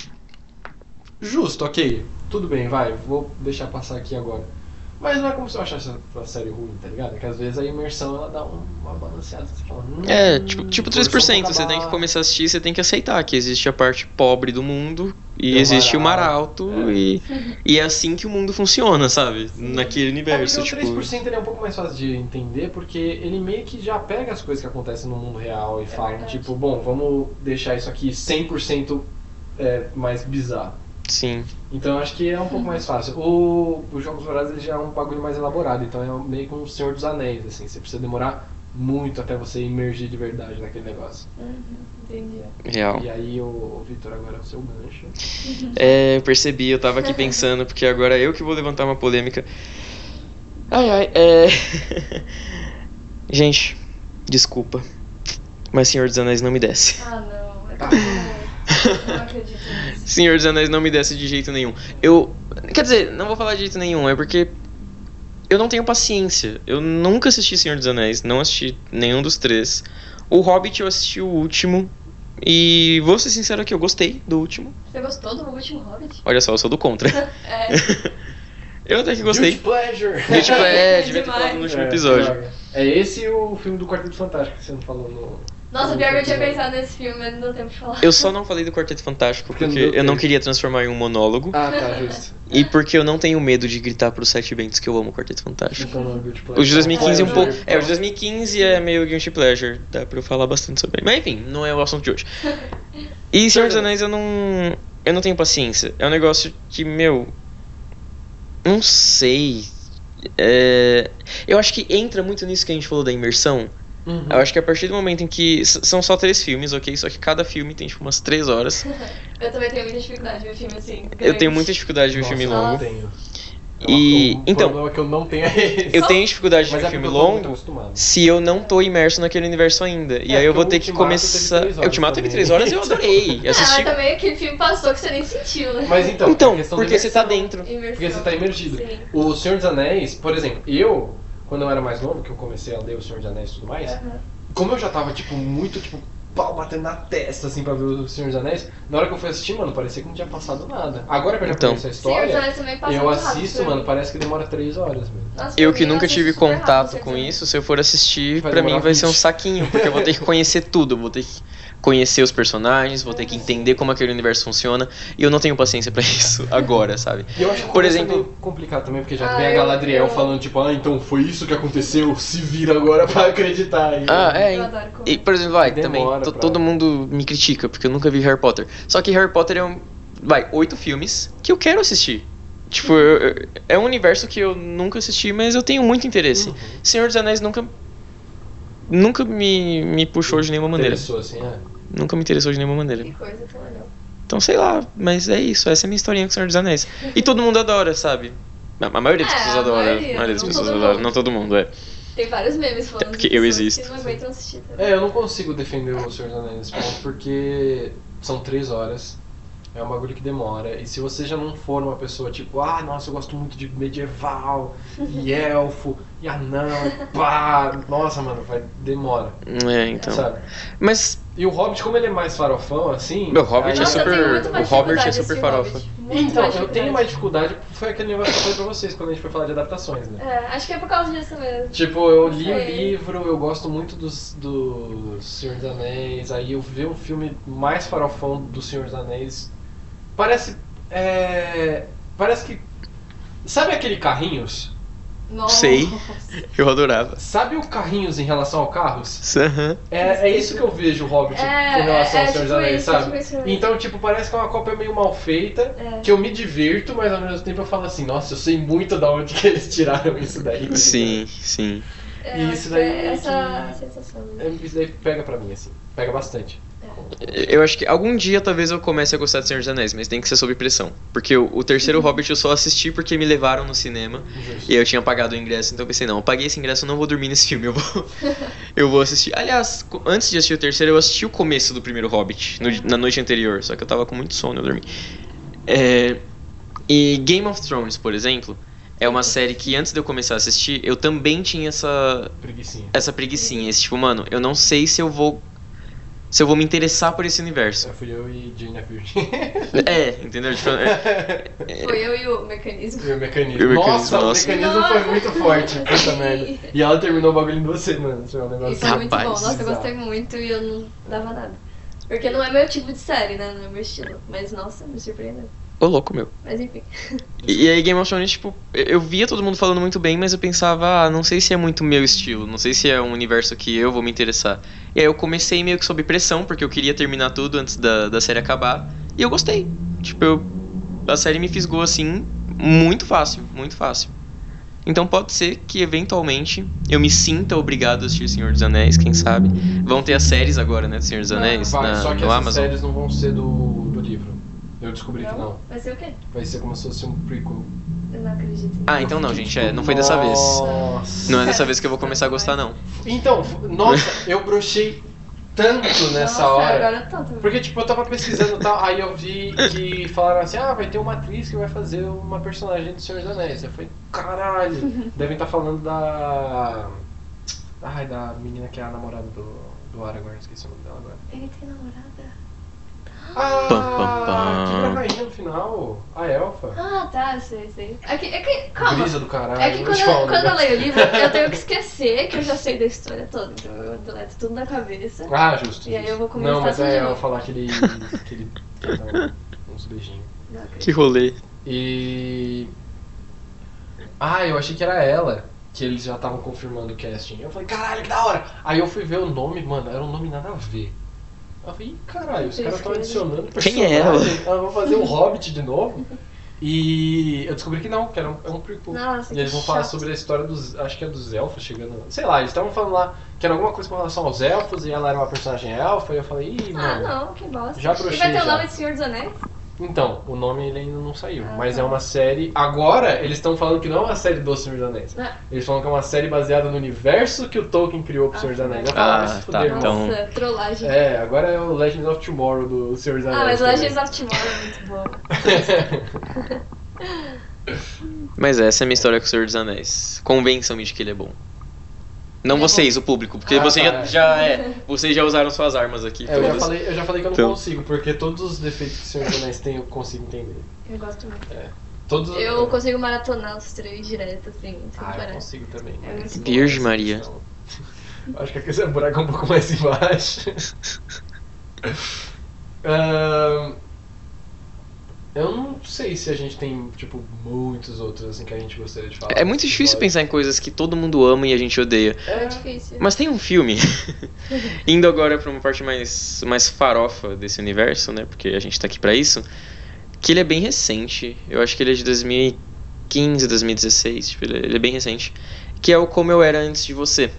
A: Justo, ok. Tudo bem, vai, vou deixar passar aqui agora. Mas não é como se eu achasse essa série ruim, tá ligado? É que às vezes a imersão, ela dá um- uma balanceada. Você fala, hum,
B: É, tipo, tipo
A: forçou
B: 3%.
A: pra
B: Você tem que
A: dar-
B: começar a assistir, você tem que aceitar que existe a parte pobre do mundo e
A: E o
B: existe o mar
A: mar
B: alto e, e é assim que o mundo funciona, sabe? Naquele universo,
A: É,
B: tipo.
A: porque o 3% ele é um pouco mais fácil de entender, porque ele meio que já pega as coisas que acontecem no mundo real e fala,
C: verdade.
A: tipo, bom, vamos deixar isso aqui 100% é, mais bizarro.
B: Sim.
A: Então eu acho que é um pouco mais fácil. O, o Jogos Vorazes ele já é um bagulho mais elaborado, então é um- meio que um Senhor dos Anéis, assim, você precisa demorar muito até você imergir de verdade naquele negócio.
C: Uhum, Entendi.
B: Real.
A: E aí o, o Vitor agora é o seu gancho.
B: É, eu percebi, eu tava aqui pensando, porque agora eu que vou levantar uma polêmica. Ai, ai, é. *laughs* Gente, desculpa. Mas Senhor dos Anéis não me desce.
C: Ah, não. É que
B: *laughs*
C: eu não acredito nisso.
B: Senhor dos Anéis não me desce de jeito nenhum. Eu. Quer dizer, não vou falar de jeito nenhum, é porque. Eu não tenho paciência. Eu nunca assisti Senhor dos Anéis, não assisti nenhum dos três. O Hobbit eu assisti o último. E vou ser sincero aqui, eu gostei do último.
C: Você gostou do último Hobbit?
B: Olha só, eu sou
C: *laughs*
B: do contra.
C: É,
B: eu até que gostei.
A: Guilty Pleasure!
B: Guilty Pleasure,
C: É
B: *laughs* devia ter falado no
C: demais.
A: *laughs*
B: último
A: É,
B: episódio.
A: droga. É esse o filme do Quarteto Fantástico que você não falou no.
C: Nossa, pior que eu tinha pensado nesse filme, mas não deu tempo de falar.
B: Eu só não falei do Quarteto Fantástico
A: Porque não
B: porque
A: deu
B: eu não
A: tempo.
B: queria transformar em um monólogo.
A: Ah, tá, justo.
B: E porque eu não tenho medo de gritar pros sete bentos que eu amo o Quarteto Fantástico.
A: Então não é Guilty Pleasure.
B: O de 2015 é um
C: Pleasure.
B: pouco. É, o de 2015 é meio Guilty Pleasure. Dá pra eu falar bastante sobre ele. Mas enfim, não é o assunto de hoje. E Senhor dos Anéis eu não. Eu não tenho paciência. É um negócio que, meu. Não sei. É, eu acho que entra muito nisso que a gente falou da imersão.
A: Uhum.
B: Eu acho que a partir do momento em que. s- São só três filmes, ok? Só que cada filme tem tipo umas três horas.
C: *laughs* Eu também tenho muita dificuldade de ver filme assim.
B: Eu tenho muita dificuldade de ver
A: Nossa,
B: filme
A: eu não
B: longo.
A: tenho.
B: E-
A: O
B: então-
A: problema que eu não tenho é esse.
B: Eu tenho dificuldade de
A: Mas
B: ver
A: é
B: filme
A: porque eu tô muito
B: longo.
A: acostumado.
B: se eu não tô imerso naquele universo ainda. E
A: É,
B: aí
A: porque
B: eu vou
A: o
B: ter que
A: Ultimato
B: começar.
A: teve três
B: O Ultimato teve
A: horas então, né? também.
B: três horas e eu
A: *laughs*
B: adorei.
C: Ah,
B: Assisti.
C: mas também aquele filme passou que você nem sentiu, né?
A: Mas então, a
B: Então,
A: questão
B: porque
A: dele-
B: você tá dentro.
C: Imersão.
A: Porque você tá imergido.
C: Sim.
A: O Senhor dos Anéis, por exemplo, eu, quando eu era mais novo, que eu comecei a ler o Senhor dos Anéis e tudo mais,
C: Aham.
A: como eu já tava, tipo, muito, tipo, pau batendo na testa, assim, pra ver o Senhor dos Anéis, na hora que eu fui assistir, mano, parecia que não tinha passado nada. Agora que eu já
B: Então.
A: conheço a
C: Senhor dos
A: história,
C: Anéis também passa
A: eu
C: muito rápido
A: assisto,
C: pra mim.
A: mano, parece que demora três horas, mano.
C: Nossa, pra
B: Eu
C: mim,
B: que nunca
C: assisto
B: tive
C: super rápido,
B: contato
C: você
B: com
C: viu?
B: isso, se eu for assistir,
A: Vai
B: pra
A: demorar
B: mim vai ser um
A: 20.
B: saquinho, porque eu vou ter que conhecer tudo, eu vou ter que conhecer os personagens, vou ter que entender como aquele universo funciona, e eu não tenho paciência pra isso agora, sabe?
A: E eu acho que
B: Por
A: o começo
B: exemplo-
A: é meio complicado também, porque já
C: Ah,
A: vem a
C: eu-
A: Galadriel
C: eu-
A: falando, tipo, ah, então foi isso que aconteceu, se vira agora *laughs* pra acreditar. aí.
B: Ah, é.
C: Eu adoro comer.
B: E, por exemplo, vai,
A: Demora
B: também, to-
A: pra-
B: todo mundo me critica, porque eu nunca vi Harry Potter. Só que Harry Potter é um. Vai, oito filmes que eu quero assistir. Tipo,
A: Uhum.
B: eu- eu- é um universo que eu nunca assisti, mas eu tenho muito interesse.
A: Uhum.
B: Senhor dos Anéis nunca. Nunca me, me puxou de nenhuma maneira.
A: Interessou, assim, é.
B: Nunca me interessou de nenhuma maneira.
C: Que coisa tão legal.
B: Então, sei lá, mas é isso. Essa é a minha historinha com o Senhor dos Anéis. E todo mundo adora, sabe? A, a maioria das
C: É,
B: pessoas
C: a
B: adora.
C: maioria,
B: a maioria das
C: não
B: pessoas
C: todo
B: adora.
C: mundo.
B: Não todo mundo, é.
C: Tem vários memes falando
B: Tá, porque
C: de
B: eu
C: pessoas
B: existo.
C: que não aguentam assistir. Tá?
A: É, eu não consigo defender o Senhor dos Anéis nesse ponto, porque são três horas, é um bagulho que demora, e se você já não for uma pessoa tipo, ah, nossa, eu gosto muito de medieval,
C: *laughs*
A: e elfo, e anão, pá, nossa, mano, vai, demora,
B: É, então.
A: sabe?
B: Mas
A: E o Hobbit, como ele é mais farofão, assim...
B: Meu, Hobbit é
A: aí-
C: Nossa, eu
B: super-
C: tenho muito mais
B: o Hobbit é
C: dificuldade de
B: super
C: assistir
B: farofa.
C: Hobbit. muito
A: Então,
C: mais
A: eu tenho
C: dificuldade.
A: mais dificuldade, foi aquele negócio que eu falei pra vocês quando a gente foi falar de adaptações, né?
C: É, acho que é por causa disso mesmo.
A: Tipo, eu li o
C: Sei.
A: livro, eu gosto muito dos, do Senhor dos Anéis, aí eu vi um filme mais farofão do Senhor dos Anéis. Parece. É, parece que. Sabe aquele carrinhos?
C: Nossa.
B: Sei. Eu adorava.
A: Sabe o carrinhos em relação ao carros?
B: Aham.
A: É, é isso que eu vejo o Hobbit
C: É,
A: com relação
C: é, é
A: ao Senhor dos
C: tipo
A: Anéis,
C: isso, é
A: sabe?
C: tipo isso mesmo.
A: Então, tipo, parece que é uma cópia meio mal feita,
C: É.
A: que eu me divirto, mas ao mesmo tempo eu falo assim, nossa, eu sei muito da onde que eles tiraram isso daí.
B: Sim, sim.
C: É,
A: E
C: eu
A: isso
C: acho que
A: daí
C: é
A: é
C: essa
A: que-
C: sensação. né?
A: É, Isso daí pega pra mim, assim. Pega bastante.
B: Eu acho que algum dia talvez eu comece a gostar de Senhor dos Anéis, mas tem que ser sob pressão. Porque o, o terceiro Hobbit eu só assisti porque me levaram no cinema
A: Justo.
B: e eu tinha pagado o ingresso, então eu pensei, não, eu paguei esse ingresso, eu não vou dormir nesse filme, eu vou, eu vou assistir. Aliás, co- antes de assistir o terceiro, eu assisti o começo do primeiro Hobbit, no- na noite anterior, só que eu tava com muito sono, eu dormi. É, e Game of Thrones, por exemplo, é uma série que antes de eu começar a assistir, eu também tinha essa,
A: Preguicinha.
B: essa preguiçinha, esse tipo, mano, eu não sei se eu vou se eu vou me interessar por esse universo.
A: Só fui eu e Jane Appeal.
B: *laughs* É, entendeu?
A: *laughs*
B: Tipo, é,
C: Foi eu e o mecanismo.
A: e o mecanismo.
B: E o mecanismo,
A: nossa,
B: nossa.
A: o mecanismo foi muito forte. Puta
C: Nossa.
A: merda. E ela terminou o bagulho em duas semanas. Foi um
C: E
A: negócio.
C: foi é muito bom.
B: Rapaz,
C: Nossa, eu
A: bizarro.
C: gostei muito e eu não dava nada. Porque não é meu tipo de série, né? Não é meu estilo. Mas nossa, me surpreendeu.
B: ô louco, meu.
C: Mas enfim.
B: E, e aí Game of Thrones, tipo, eu- eu via todo mundo falando muito bem, mas eu pensava, ah, não sei se é muito meu estilo, não sei se é um universo que eu vou me interessar. E aí eu comecei meio que sob pressão, porque eu queria terminar tudo antes da, da série acabar, e eu gostei. Tipo, eu, a série me fisgou assim, muito fácil, muito fácil. Então pode ser que eventualmente eu me sinta obrigado a assistir Senhor dos Anéis, quem sabe. Vão ter as séries agora, né, do Senhor dos Anéis,
A: Vai,
B: na,
A: só que
B: no
A: essas
B: Amazon.
A: séries não vão ser do, do livro. Eu descobri que não.
C: Vai ser o quê?
A: Vai ser como se fosse um prequel.
C: Eu não acredito.
B: Ah, então não,
A: tipo,
B: gente, é, não foi dessa vez.
A: Nossa.
B: Não é dessa vez que eu vou começar a gostar, não.
A: Então, f- nossa, eu brochei tanto nessa
C: Nossa,
A: hora.
C: Agora eu tô também.
A: Porque, tipo, eu tava pesquisando e tal, aí eu vi que falaram assim, ah, vai ter uma atriz que vai fazer uma personagem do Senhor dos Anéis. Eu falei, caralho,
C: *laughs*
A: devem estar falando da... Ai, da menina que é a namorada do, do Aragorn, esqueci o nome dela agora.
C: Ele tem namorada.
B: Pam, pam,
A: Ah,
B: pam.
A: que era a rainha no final, a elfa.
C: Ah, tá, eu sei, sei. É que, é que calma.
A: Brisa do caralho,
C: É que
A: vou
C: quando,
A: te falar um
C: eu- quando eu
A: negócio.
C: leio o livro,
A: *laughs*
C: eu tenho que esquecer que eu já sei da história toda. Então eu deleto tudo da cabeça.
A: Ah, justo.
C: E aí
A: justo.
C: eu vou começar
A: Não, mas
C: tudo de
A: é, eu
C: novo.
A: vou falar aquele... aquele um, uns beijinhos.
C: Não acredito.
B: Que rolê.
A: E. Ah, eu achei que era ela. Que eles já estavam confirmando o casting. Eu falei, caralho, que da hora! Aí eu fui ver o nome, mano, era um nome nada a ver. Eu falei, "Ih, caralho, os caras estão adicionando
B: Quem é
A: personagem. Ah, vão fazer um Hobbit de novo. E eu descobri que não, que era um, é um prequel.
C: Nossa,
A: E eles
C: que
A: vão falar
C: chato.
A: sobre a história dos. Acho que é dos elfos chegando. Sei lá, eles estavam falando lá que era alguma coisa com relação aos elfos e ela era uma personagem elfa. E eu falei, ih,
C: Ah,
A: mano.
C: não, que bosta.
A: né? Já
C: e
A: brochei,
C: vai ter o
A: já.
C: nome de Senhor dos Anéis?
A: Então, o nome ele ainda não saiu,
C: Ah,
A: mas
C: tá.
A: é uma série. Agora eles estão falando que não é uma série do Senhor dos Anéis.
C: Ah.
A: Eles falam que é uma série baseada no universo que o Tolkien criou pro
C: Ah,
A: Senhor dos Anéis. Eu
B: tá.
A: falo, vai se
B: Ah,
A: fuder,
B: tá,
A: irmão.
B: então-
C: Nossa, trollagem.
A: É, agora é o Legends of Tomorrow do Senhor dos Anéis.
C: ah, mas
A: também.
C: Legends of Tomorrow é muito boa. *laughs*
B: Mas essa é a minha história com o Senhor dos Anéis. Convençam-me de que ele é bom. Não
C: É
B: vocês, o público, porque
A: Ah,
B: vocês
A: tá,
B: já, já é. Vocês já usaram suas armas aqui.
A: *laughs* É, eu, já
B: todas.
A: falei, eu já falei que eu não
B: Então.
A: consigo, porque todos os defeitos que o Senhor dos Anéis tem eu consigo entender.
C: Eu gosto muito.
A: Todos
C: Eu consigo maratonar os três direto, assim, sem
A: Ah, eu
C: parar.
A: consigo também.
C: É
A: mas
C: muito
A: não
B: Virgem
A: essa
B: Maria.
A: questão. Acho que aqui é um buraco um pouco mais *laughs* embaixo. Ahn, eu não sei se a gente tem, tipo, muitos outros assim que a gente gostaria de falar.
B: É muito difícil pensar em coisas que todo mundo ama e a gente odeia.
C: É
A: É,
C: difícil.
B: Mas tem um filme. *laughs* Indo agora pra uma parte mais, mais farofa desse universo, né? Porque a gente tá aqui pra isso. Que ele é bem recente. Eu acho que ele é de 2015, 2016. Tipo, ele é- ele é bem recente. Que é o Como Eu Era Antes de Você.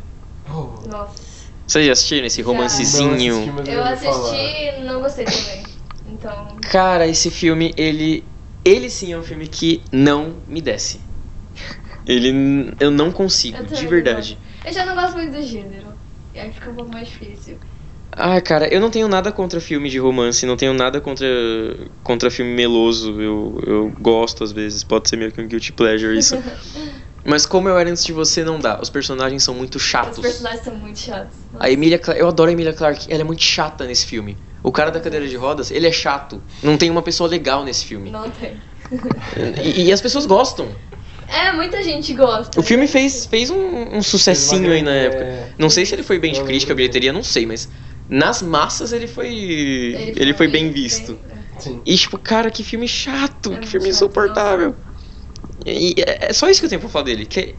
A: oh,
C: Nossa.
B: Vocês já assistiram esse
C: Já.
A: não assisti,
B: romancezinho?
A: mas
C: Eu
A: ouvi falar.
C: assisti e não gostei também. Então,
B: Cara, esse filme, ele. Ele sim é um filme que não me desce. Ele. n- Eu não consigo,
C: Eu também
B: de
C: não
B: verdade.
C: eu já não gosto muito do gênero. E aí fica um pouco mais difícil.
B: Ah, cara, eu não tenho nada contra filme de romance, não tenho nada contra, contra filme meloso. Eu, eu gosto às vezes, pode ser meio que um guilty
C: *laughs*
B: pleasure isso. Mas como eu era antes de você, não dá. Os personagens são muito
C: Os
B: chatos.
C: personagens são muito chatos.
B: A Emilia Clarke, eu adoro a Emilia Clarke, ela é muito chata nesse filme. O cara da cadeira de rodas, ele é chato. Não tem uma pessoa legal nesse filme.
C: Não tem.
B: E, e as pessoas gostam.
C: É, muita gente gosta.
B: O filme fez, fez um, um sucessinho aí na
A: É.
B: época. Não sei se ele foi bem de
A: Eu
B: crítica,
A: lembro.
B: bilheteria, não sei, mas nas massas ele foi. Ele, foi
C: um
B: bem visto.
A: Sim.
B: E tipo, cara, que filme
C: É
B: chato, que
C: muito
B: filme
C: chato,
B: insuportável. E, e é é só isso que eu tenho pra falar dele, que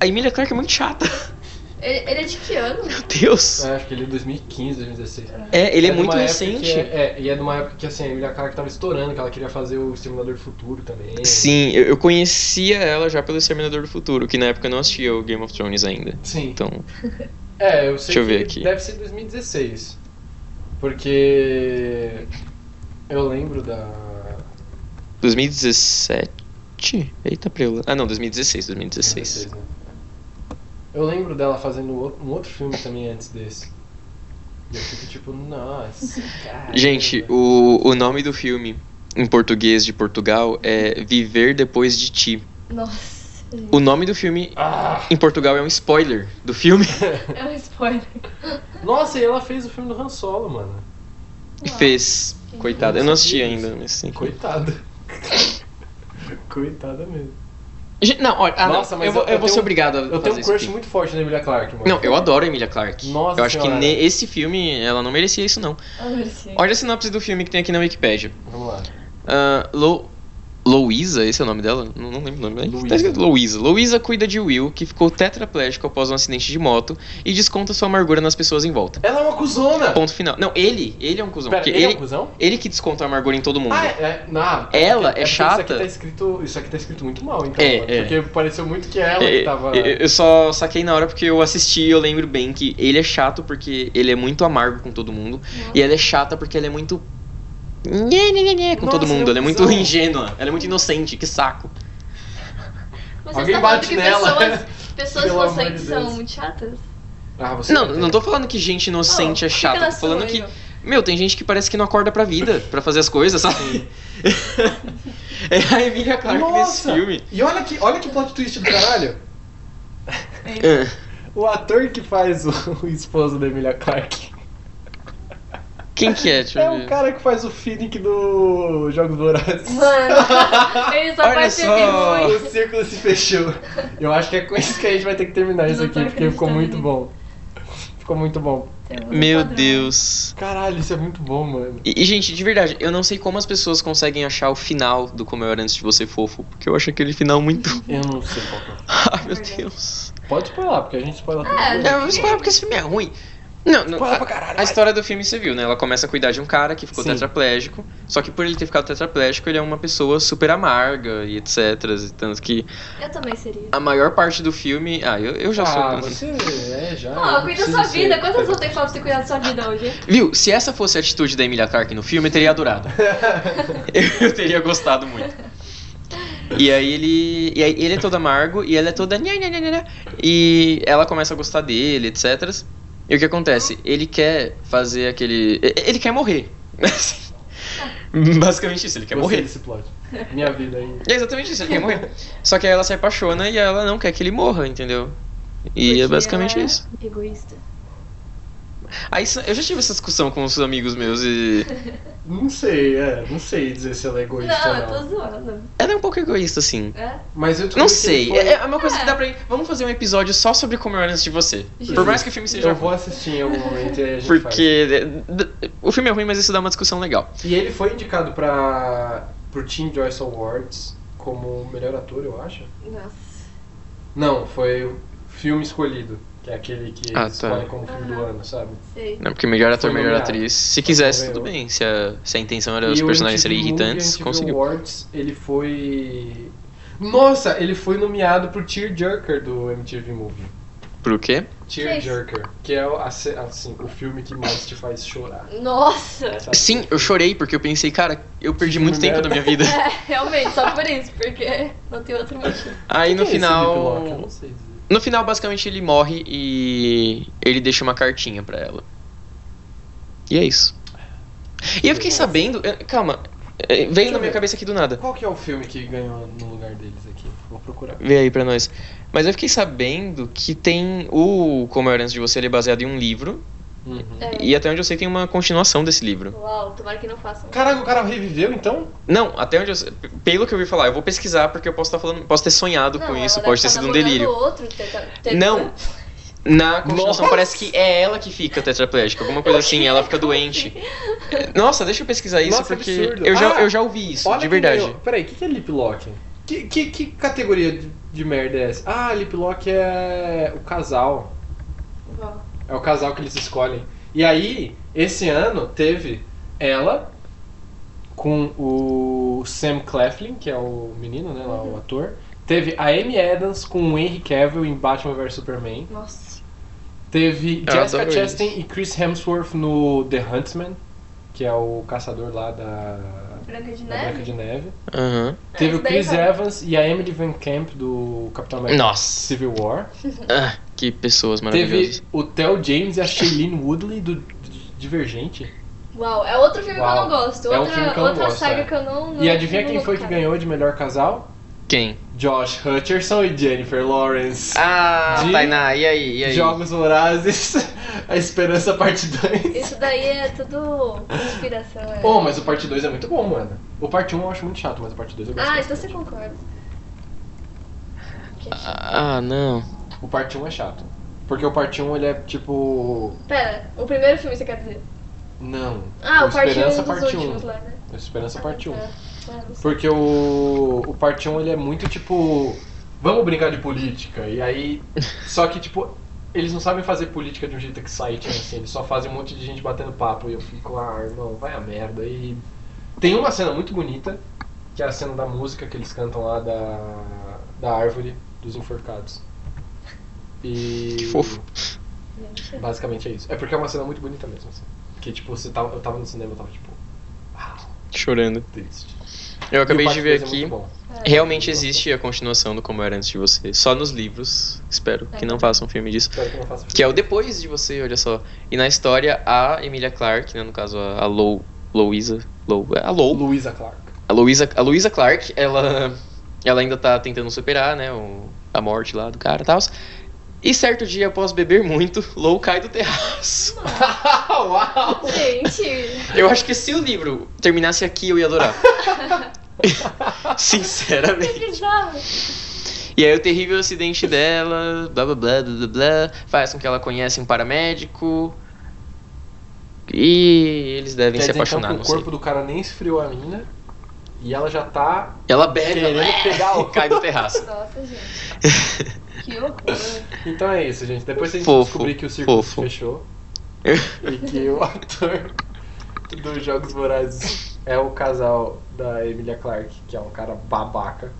B: a Emilia Clarke é muito chata, *laughs*
C: Ele, ele é de que ano?
B: meu Deus.
A: É, acho que ele é 2015, 2016.
B: É, ele é, muito
A: numa época
B: recente.
A: que É, é, e é numa época que assim, a Emilia Clarke tava estourando, que ela queria fazer o Exterminador do Futuro também.
B: Sim, eu, eu conhecia ela já pelo Exterminador do Futuro, que na época eu não assistia o Game of Thrones ainda.
A: Sim.
B: Então,
A: É, eu sei
B: Deixa eu
A: que
B: ver aqui.
A: deve ser 2016. Porque eu lembro da
B: 2017? Eita, preula. Ah, não, 2016, 2016.
A: né? Eu lembro dela fazendo o- um outro filme também antes desse. E eu fico tipo, nossa, cara.
B: Gente, o, o nome do filme em português de Portugal é Viver Depois de Ti.
C: Nossa.
B: O nome do filme *laughs*
A: Ah!
B: em Portugal é um spoiler do
A: *laughs*
B: filme.
C: É um spoiler.
A: Nossa, e ela fez o filme do Han Solo, mano.
C: Uau.
B: Fez. Coitada, eu não assisti
A: Nossa,
B: ainda, mas sim.
A: Coitada. *laughs* Coitada mesmo.
B: Gente, Não, olha, ah, não,
A: Nossa, mas
B: eu, vou,
A: eu-
B: eu
A: eu
B: vou ser
A: tenho-
B: obrigado a
A: Eu
B: fazer
A: tenho um
B: isso
A: crush
B: aqui.
A: muito forte na Emilia Clarke, mano.
B: Não, eu adoro a Emilia Clarke.
A: Nossa
B: eu acho
A: senhora.
B: que nesse filme ela não merecia isso, não.
C: Agora sim.
B: Olha a sinopse do filme que tem aqui na Wikipedia.
A: Vamos lá.
B: Ah, Lou... Louisa, esse é o nome dela? Não, não lembro o nome dela.
A: Luísa.
B: Tá escrito Louisa. Louisa cuida de Will, que ficou tetraplégico após um acidente de moto, e desconta sua amargura nas pessoas em volta.
A: Ela é uma cuzona!
B: Ponto final. Não, ele, ele é um cuzão.
A: Pera,
B: porque
A: ele,
B: ele,
A: é um cuzão?
B: ele que desconta a amargura em todo mundo.
A: Ah, é. Não,
B: Ela é
A: porque Isso
B: chata.
A: aqui, tá escrito, isso aqui tá escrito muito mal, então.
B: É,
A: mano,
B: é.
A: Porque pareceu muito que ela
B: É,
A: que tava.
B: eu- Eu só saquei na hora porque eu assisti e eu lembro bem que ele é chato porque ele é muito amargo com todo mundo. E ela é chata porque ela é muito. Nhê, nhê, nhê, nhê, com
A: Nossa,
B: todo mundo.
A: meu
B: Ela é muito
A: cuzão.
B: ingênua. Ela é muito inocente. Que saco.
C: Mas
A: Alguém
C: você tá falando
A: bate
C: que
A: nela. *laughs*
C: Pessoas, pessoas
A: Pelo amor
C: inocentes
A: de
C: são
A: Deus.
C: muito chatas?
A: Ah, você
B: Não, não tô falando que gente
C: Oh,
B: inocente é
C: por que
B: chata.
C: elas
B: Tô falando
C: são,
B: que.
C: Igor?
B: Meu, tem gente que parece que não acorda
A: *laughs*
B: pra vida, pra fazer as coisas, sabe? *laughs* é a Emilia Clarke nesse
A: Nossa!
B: filme.
A: E olha que, olha que plot twist do caralho. É.
B: Ah,
A: O ator que faz o, *laughs* o esposo da Emilia Clarke
B: Quem que é? Deixa
A: é
B: eu
A: o
B: ver.
A: cara que faz o Finnick do Jogos Vorazes.
C: Mano, *laughs* eles só
B: Olha
C: percebem
B: só.
A: O
C: muito.
A: círculo se fechou. Eu acho que é com isso que a gente vai ter que terminar isso
C: Não
A: aqui,
C: tô
A: porque ficou muito
C: acreditando
A: bom. Ficou muito bom.
C: é
B: Meu Deus.
A: Caralho, isso é muito bom, mano.
B: E, e, gente, de verdade, eu não sei como as pessoas conseguem achar o final do Como Eu Era Antes de Você Fofo, porque eu acho aquele final muito.
A: *laughs* Eu não sei qual que é.
B: Ai, meu Deus.
A: Pode spoiler, porque a gente spoiler tudo.
C: É,
B: É, eu vou spoiler porque esse filme é ruim. Não, não
A: Spoiler
B: a,
A: pra caralho,
B: a
A: vai.
B: história do filme você viu, né? Ela começa a cuidar de um cara que ficou
A: Sim.
B: tetraplégico, só que por ele ter ficado tetraplégico, ele é uma pessoa super amarga e etc. e Tanto que
C: Eu também seria.
B: a maior parte do filme. Ah, eu, eu já sou.
A: Ah,
B: mano.
A: você é já.
C: Ah,
A: não
C: cuida da
A: precisa
C: sua
A: ser-
C: vida. Quantas pessoas tem que falar pra você cuidar da sua vida hoje? hein?
B: Viu? Se essa fosse a atitude da Emilia Clarke no filme, eu
A: *laughs*
B: teria adorado. eu, eu teria gostado muito. E aí ele. E aí ele é todo amargo e ela é toda. nha, nha, nha, nha, nha, E ela começa a gostar dele, etc. E o que acontece? Ele quer fazer aquele. e- Ele quer morrer. *laughs* Basicamente isso, ele quer
A: Gostei
B: morrer.
A: desse plot. Minha vida aí.
B: É exatamente isso, ele quer morrer. Só que aí ela se apaixona e ela não quer que ele morra, entendeu? E é
C: Porque
B: basicamente
C: ela é
B: isso.
C: Egoísta.
B: Aí isso- eu já tive essa discussão com os amigos meus e.
A: Não sei, é, não sei dizer se ela é egoísta
C: Não,
A: ou
C: eu
A: não.
C: tô zoando.
B: Ela é um pouco egoísta, assim.
C: É?
A: Mas eu descobri
B: Não
A: que
B: sei,
A: ele foi-
B: é é uma coisa que
C: É.
B: dá pra. Vamos fazer um episódio só sobre como eu era antes de você.
C: Justo.
B: é, Por mais que o filme seja
A: Eu
B: ruim.
A: vou assistir em algum momento e aí a gente
B: Porque d- d- o filme é ruim, mas isso dá uma discussão legal.
A: faz. E ele foi indicado pra, pro Team Joyce Awards como melhor ator, eu acho.
C: Nossa.
A: Não, foi o filme escolhido, que é aquele que
B: Ah,
A: eles
B: tá.
A: escolhem como filme do ano, sabe?
C: Sei.
B: Não, né? porque melhor
A: Foi
B: ator, melhor
A: nomeado.
B: atriz. Se quisesse,
A: Ganhou.
B: tudo bem. Se a, se a intenção era
A: E um-
B: os
A: o
B: personagens
A: MTV
B: serem
A: Movie
B: irritantes,
A: MTV
B: conseguiu.
A: Awards, ele foi... Nossa, ele foi nomeado pro Tearjerker do MTV Movie.
B: Por quê?
A: Tearjerker, que é o- a ce- assim, o filme que mais te faz chorar.
C: Nossa!
A: sabe?
B: Sim, eu chorei porque eu pensei, cara, eu perdi muito
A: filme
B: tempo da
A: merda.
B: minha
A: *laughs*
B: vida.
C: É, realmente, só por isso, porque não tem outro motivo.
B: Aí no
A: Quem é esse Deep
B: final.
A: Lock? Eu não sei dizer.
B: No final, basicamente, ele morre e ele deixa uma cartinha pra ela. E é isso. E eu fiquei sabendo. eh, Calma, eh, veio
A: eu
B: na minha
A: ver.
B: cabeça aqui do nada.
A: Qual que é o filme que ganhou no lugar deles aqui? Vou procurar.
B: Vê aí pra nós. Mas eu fiquei sabendo que tem o Como Eu Era Antes de Você, ele é baseado em um livro.
A: Uhum.
C: É.
B: E até onde eu sei tem uma continuação desse livro.
C: Uau, tomara que não façam.
A: Caraca, o cara reviveu então?
B: Não, até onde eu sei, pelo que eu ouvi falar, eu vou pesquisar porque eu posso estar falando, posso ter sonhado
C: Não,
B: com
C: ela
B: isso,
C: deve
B: pode ter
C: tá
B: sido um
C: namorando
B: delírio.
C: Outro teta- teta-
B: Não. Na continuação
A: Nossa.
B: parece que é ela que fica tetraplégica, alguma coisa assim, ela
A: *laughs*
B: fica doente. É, Nossa, deixa eu pesquisar isso
A: Nossa,
B: porque
A: absurdo.
B: eu já
A: Ah,
B: eu já ouvi isso, de
A: que
B: verdade.
A: meu- Peraí, o que, que é lip lock? Que, que, que categoria de, de merda é essa? Ah, lip lock é o casal.
C: Bom,
A: É o casal que eles escolhem. E aí, esse ano teve ela com o Sam Claflin, que é o menino, né, lá, o ator. Teve a Amy Adams com o Henry Cavill em Batman vs Superman.
C: Nossa.
A: Teve
B: Eu
A: Jessica
B: É, adoro
A: Chastain e Chris Hemsworth no The Huntsman, que é o caçador lá da,
C: Branca de
A: da Branca
C: Neve?
A: de Neve.
B: Aham.
A: Teve
C: isso
A: o
C: daí
A: Chris
C: vai.
A: Evans e a Emily Van Camp do Capitão América
B: Nossa.
A: Civil War.
B: Ah, que pessoas maravilhosas.
A: Teve o Theo James e a Shailene Woodley do Divergente.
C: Uau, é outro filme
A: Uau.
C: que eu não gosto.
A: É um
C: Outra,
A: filme que eu não
C: outra
A: gosto,
C: saga
A: é.
C: que eu não, não
A: E adivinha
C: não
A: quem
C: vou
A: foi que
C: ficar.
A: ganhou de melhor casal?
B: Quem?
A: Josh Hutcherson e Jennifer Lawrence.
B: Ah,
A: De-
B: Tainá, e aí? E aí?
A: Jogos Vorazes, *laughs* A Esperança Parte 2.
C: Isso daí é tudo inspiração, é.
A: Oh, mas o Parte 2 é muito bom, mano. O Parte 1 eu acho muito chato, mas o Parte 2 eu gosto.
C: ah, então
A: bastante.
C: você concorda. Que chato.
B: Ah, não.
A: O Parte 1 é chato. Porque o Parte 1 ele é tipo...
C: Pera, o primeiro filme você quer dizer?
A: Não.
C: Ah,
A: o
C: o parte 1
A: Esperança
C: dos
A: Parte
C: últimos
A: 1.
C: lá, né?
A: O Esperança Parte 1.
C: É, é, não sei.
A: Porque o, o Parte 1 ele é muito tipo. Vamos brincar de política. E
B: *laughs*
A: aí. Só que, tipo, eles não sabem fazer política de um jeito exciting, assim. Eles só fazem um monte de gente batendo papo. E eu fico, ah, irmão, vai a merda. E tem uma cena muito bonita, que é a cena da música que eles cantam lá da, da árvore dos enforcados. E.
B: Que fofo.
A: Basicamente é isso. É porque é uma cena muito bonita mesmo, assim. Que, tipo, você tava, eu tava no cinema, eu tava, tipo,
B: Chorando.
A: triste.
B: Eu acabei
A: E o Parte
B: de ver
A: 2 é
B: aqui.
A: muito bom.
C: É.
B: Realmente existe a continuação do Como Era Antes de Você. Só nos livros. Espero
A: É.
B: que não façam filme disso.
A: Espero que não faça
B: Que é o depois de você, olha só. E na história, a Emilia Clarke, né, no caso a, a Lou, Louisa, Lou, é, a Lou,
A: Luísa Clark.
B: a Louisa, a Louisa Clarke, ela, ela ainda tá tentando superar, né, o- a morte lá do cara e tal. E certo dia, após beber muito, Lou cai do terraço.
A: Uau!
C: Gente, *laughs*
B: Eu acho que se o livro terminasse aqui, eu ia adorar. Sinceramente.
C: que bizarro.
B: E aí o terrível acidente dela, blá blá blá blá blá, blá faz com que ela conheça um paramédico. E eles devem
A: Quer
B: se
A: dizer, então,
B: apaixonar,
A: que
B: não
A: o
B: sei.
A: corpo do cara nem esfriou a mina e ela já tá
B: Ela bebe, ela
A: querendo pegar
B: e
A: o
B: *laughs* cai do terraço.
C: Nossa, gente.
B: *laughs*
C: Que horror.
A: Então é isso, gente. Depois vocês
B: Fofo,
A: descobrir que o circo
B: fofo.
A: fechou e que o *laughs* ator dos Jogos Vorazes é o casal da Emilia Clarke, que é um cara babaca.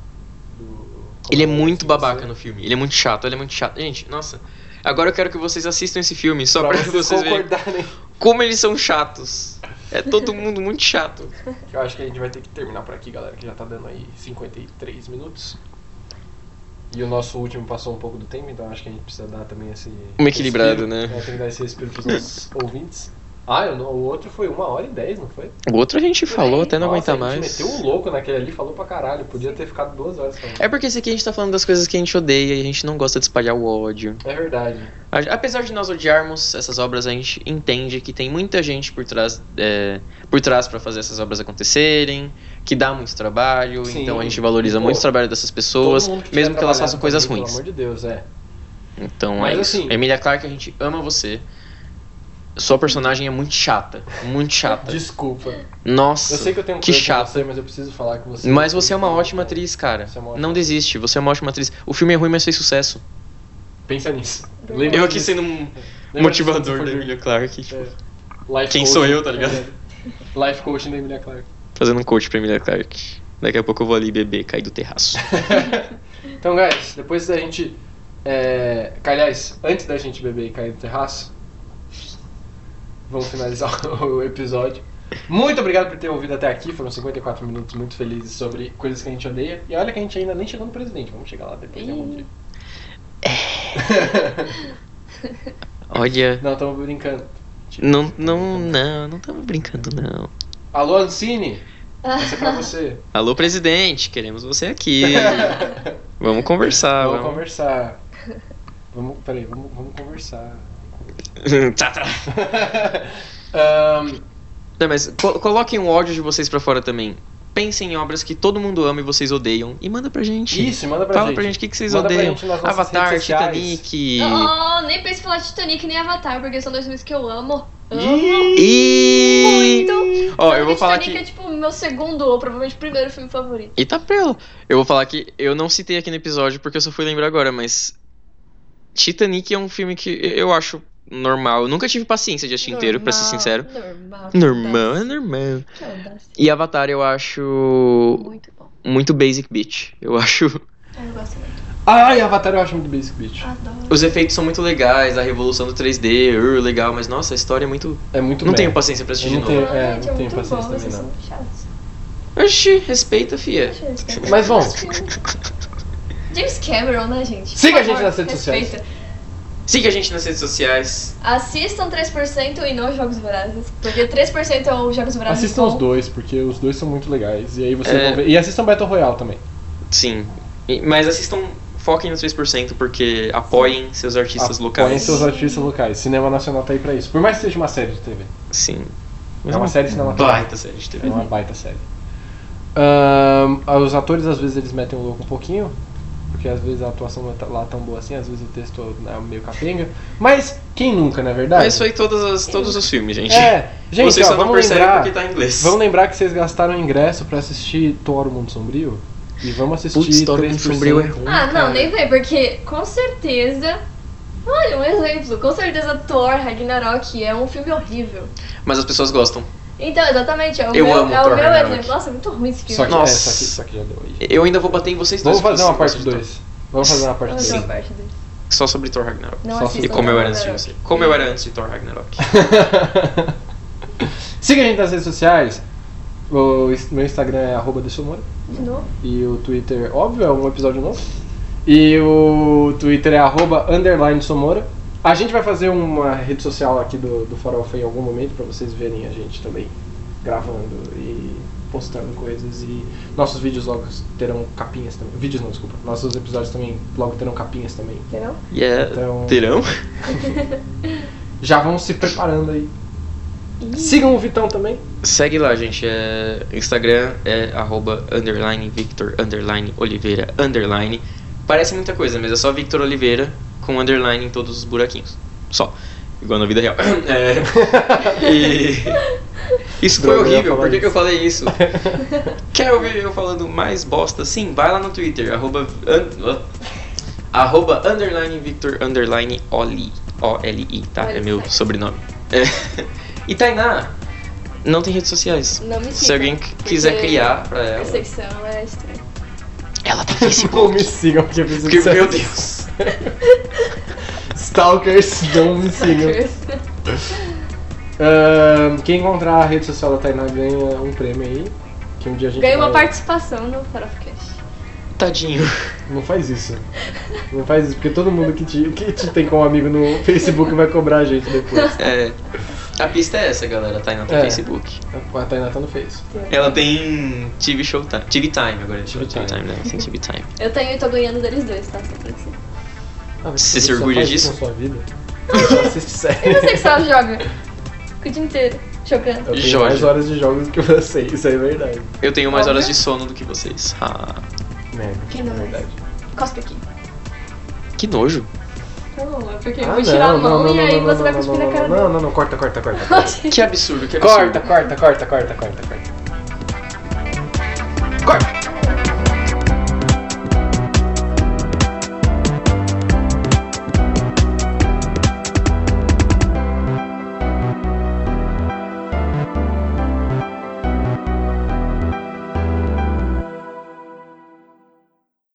A: do-
B: Ele é
A: assim,
B: muito
A: Você-
B: babaca no filme, ele é muito chato, ele é muito chato. Gente, nossa. Agora eu quero que vocês assistam esse filme só pra, vocês, verem
A: concordarem.
B: como eles são chatos. É todo mundo muito chato.
A: Eu acho que a gente vai ter que terminar por aqui, galera, que já tá dando aí 53 minutos. E o nosso último passou um pouco do tempo, então acho que a gente precisa dar também esse.
B: Um equilibrado,
A: respiro,
B: né?
A: Tem que dar esse respiro pros
B: *laughs*
A: nossos ouvintes. Ah, eu não- o outro foi uma hora e dez, não foi?
B: O outro a gente falou até não
A: Nossa,
B: aguentar
A: a gente
B: mais.
A: meteu um louco naquele ali, falou pra caralho. Podia ter ficado duas horas falando.
B: É porque esse aqui a gente tá falando das coisas que a gente odeia e a gente não gosta de espalhar o ódio.
A: É verdade.
B: A- Apesar de nós odiarmos essas obras, a gente entende que tem muita gente por trás é, por trás para fazer essas obras acontecerem, que dá muito trabalho,
A: Sim.
B: então a gente valoriza
A: Pô,
B: muito o trabalho dessas pessoas,
A: Todo mundo tiver
B: mesmo que elas façam
A: trabalhado
B: coisas
A: também,
B: ruins.
A: Pelo amor de Deus, é.
B: Então
A: Mas
B: é isso.
A: assim-
B: Emília Clarke, a gente ama você. Sua personagem é muito chata, muito chata.
A: Desculpa.
B: Nossa,
A: Eu sei que eu tenho um
B: que
A: crush com
B: chata.
A: você, mas eu preciso falar que você.
B: Mas você é
A: um
B: uma ótima atriz, cara.
A: Você é uma ótima
B: Não desiste, você é uma ótima atriz. O filme é ruim, mas fez sucesso.
A: Pensa nisso.
C: Lembra
B: Eu aqui sendo um
A: Lembra disso, É.
B: motivador
A: por
B: da
A: favor.
B: Emília Clarke, tipo,
A: Life
B: Quem
A: coach,
B: sou eu, tá ligado?
A: Life coaching da Emilia
B: *laughs*
A: Clarke.
B: fazendo um coach pra Emília Clarke. Daqui a pouco eu vou ali beber, cair do terraço.
A: Então, guys, depois da gente. É... que, Aliás, antes da gente beber e cair no terraço, vamos finalizar *laughs* o episódio. Muito obrigado por ter ouvido até aqui. Foram 54 minutos muito felizes sobre coisas que a gente odeia. E olha que a gente ainda nem chegou no presidente. Vamos chegar lá depois em algum dia.
B: *laughs* É. Olha,
A: *laughs* Não, estamos brincando.
B: não, não, não, não tamo brincando, não.
A: Alô, Ancine!
B: Ah.
A: Essa é pra
B: *laughs*
A: você.
B: Alô, presidente, queremos você *laughs* aqui. Vamos conversar, né?
A: vamos
B: vamos. *laughs*
A: conversar. Vamos, peraí, vamos, vamos conversar. Vamos
B: *laughs* tá, tá.
A: Ahn,
B: Não, mas co- coloquem o ódio de vocês pra fora também. Pensem em obras que todo mundo ama e vocês odeiam. E manda pra gente.
A: isso, manda pra
B: Fala
A: gente.
B: pra gente o que, que vocês
A: Manda pra
B: odeiam.
A: gente nas nossas
B: Avatar,
A: redes sociais.
B: Titanic.
C: Oh, nem penso em falar de Titanic nem Avatar, porque são dois filmes que eu amo. Amo
A: Ih,
B: E.
C: muito.
B: Ó, eu
C: Sendo
B: vou falar
C: Titanic
B: que.
C: é tipo meu segundo ou provavelmente primeiro filme favorito.
B: Eita, prelo. tá Eu vou falar que eu não citei aqui no episódio porque eu só fui lembrar agora, mas. Titanic é um filme que eu acho normal. Eu nunca tive paciência de assistir inteiro, pra ser
C: Normal,
B: sincero.
C: Normal.
B: Normal, é normal.
C: Que audácia.
B: E Avatar eu acho
C: Muito bom.
B: muito basic bitch. Eu acho. *laughs*
C: Eu gosto muito.
A: Ai, Avatar eu acho muito basic, bitch.
C: Adoro.
B: Os efeitos são muito legais, a revolução do 3D, uh, legal, mas nossa, a história é muito.
A: É muito
B: não
A: bem.
B: tenho paciência pra assistir
A: Eu
B: de
A: não
B: novo.
A: é,
C: Ai,
A: não
C: gente,
A: tenho
C: muito
A: paciência
C: bom, vocês
A: também, não.
C: são chatos.
B: Oxi, respeita, fia.
C: Deixa eu respeitar.
A: Mas bom.
C: James Cameron, né, gente?
A: Siga
C: Por
A: a gente
C: favor,
A: nas redes sociais.
C: respeita.
B: Siga a gente nas redes sociais.
C: Assistam 3% e não Jogos Vorazes. Porque 3% é o Jogos Vorazes.
A: Assistam
C: bom.
A: os dois, porque os dois são muito legais. E aí vocês
B: É.
A: vão ver. E assistam Battle Royale também.
B: Sim. E- Mas assistam, foquem no 3%, porque apoiem seus artistas
A: Apoiem
B: locais.
A: seus artistas locais. Cinema Nacional tá aí pra isso. Por mais que seja uma série de TV.
B: Sim.
A: É uma série cinematográfica.
B: baita série de
A: É
B: TV.
A: uma baita série. Ahn, os atores às vezes eles metem o louco um pouquinho, porque às vezes a atuação não é tá- lá tão boa assim, às vezes o texto é meio capenga. Mas quem nunca, na é verdade?
B: Mas foi todas as, todos os filmes, gente.
A: É, gente,
B: Vocês
A: ó,
B: só não
A: vamos
B: percebem
A: lembrar,
B: porque tá em inglês.
A: vamos lembrar que vocês gastaram ingresso pra assistir Thor o Mundo Sombrio e vamos assistir
B: Putz, Thor, o Mundo
A: 3%.
B: Sombrio é ruim,
C: Ah,
A: cara.
C: não, nem vem, porque com certeza. Olha, um exemplo. Com certeza Thor Ragnarok é um filme horrível.
B: Mas as pessoas gostam.
C: Então, exatamente, é o
B: Eu
C: meu,
B: amo
C: é
B: Thor
C: o meu
B: Ragnarok.
C: exemplo. Nossa, é muito ruim esse
A: Só
C: filme.
A: que,
B: Nossa.
A: É, só, que, só que já deu aí.
B: Eu ainda vou bater em vocês dois.
A: Vamos fazer uma
B: porque vocês
A: parte
B: gostam de
A: 2. Vamos fazer uma parte
C: Vamos ver
A: 2.
C: uma parte dele.
B: Thor. Só sobre Thor Ragnarok.
C: Não
A: Só
C: assistam
B: E como eu
C: Thor
B: era antes de você.
C: Ragnarok.
B: Como eu era antes de
A: *laughs*
B: Thor Ragnarok.
A: Siga a gente nas redes sociais. O ins- meu Instagram é arroba deixa eu Moura.
C: De novo?
A: E o Twitter, óbvio, é um episódio novo. E o Twitter é arroba underline Somora. A gente vai fazer uma rede social aqui do, do Farofa em algum momento pra vocês verem a gente também gravando e postando coisas. E nossos vídeos logo terão capinhas também. Vídeos não, desculpa. Nossos episódios também logo terão capinhas também.
C: Entendeu?
B: *laughs* Yeah.
A: Então-
B: é Terão?
A: Já vão se preparando aí.
C: *laughs*
A: Sigam o Vitão também.
B: Segue lá, gente. É... Instagram é arroba underline Victor underline Oliveira underline. Parece muita coisa, mas é só Victor Oliveira com underline em todos os buraquinhos. Só. Igual na vida real. *coughs* É...
C: *laughs*
B: E... Isso foi
A: Droga, eu ia
B: horrível.
A: falar
B: Por que, que eu
A: isso.
B: falei
A: *laughs*
B: isso? Quer ouvir eu falando mais bosta? Sim, vai lá no Twitter. Arroba, un- arroba underline Victor underline Oli. O-L-I, tá? É meu sobrenome. É. *laughs* E Tainá, não tem redes sociais.
C: Não me
B: Se
C: sigam,
B: alguém qu- quiser
C: porque
B: criar pra ela,
C: Perseguição é estranho.
B: ela tá tem
A: Ou *laughs*
B: Facebook.
A: Tipo, me sigam, porque eu preciso
B: tipo Porque,
A: disso.
B: meu Deus.
A: Stalkers,
B: Então
A: não me sigam. Ahn, quem encontrar a rede social da Tainá ganha um prêmio aí. Que um dia a gente
C: *laughs* Ganhei uma
A: vai-
C: participação no Farofcast.
B: Tadinho.
A: Não faz isso. Não faz isso, porque todo mundo que te, que te tem como amigo no Facebook vai cobrar a gente depois.
B: É, a pista é essa, galera. A Tainá tem
A: É.
B: Facebook.
A: A Tainá tá no Face.
C: *laughs*
B: Ela tem TV Showtime. TV Time agora.
A: TV
B: TV Time,
A: Time.
B: né? Ela Tem TV Time.
C: Eu tenho e tô ganhando deles dois, tá? Só pra você.
A: Ah, mas
B: Você se
A: só
B: orgulha
A: faz
B: disso?
A: isso na sua
B: *laughs*
A: vida? Você assiste
C: E
A: série.
C: você que só *laughs* joga? Fica o dia inteiro, chocando.
A: Eu tenho
B: Jorge.
A: mais horas de jogos que você, isso é verdade.
B: Eu tenho mais
C: Olha.
B: horas de sono do que vocês. Ah,
A: Merda,
C: Quem não
A: é
C: vai?
A: verdade.
C: Cospe aqui.
B: que nojo.
C: Não, é porque eu
A: Ah,
C: vou tirar
A: não,
C: a mão
A: não, não,
C: e aí
A: não,
C: você
A: não,
C: vai
A: não,
C: cuspir
A: não,
C: na cara *laughs*
A: Não, não, não, corta, corta, corta.
C: dele.
B: Que absurdo, que absurdo.
A: Corta, corta, corta, corta, corta, corta.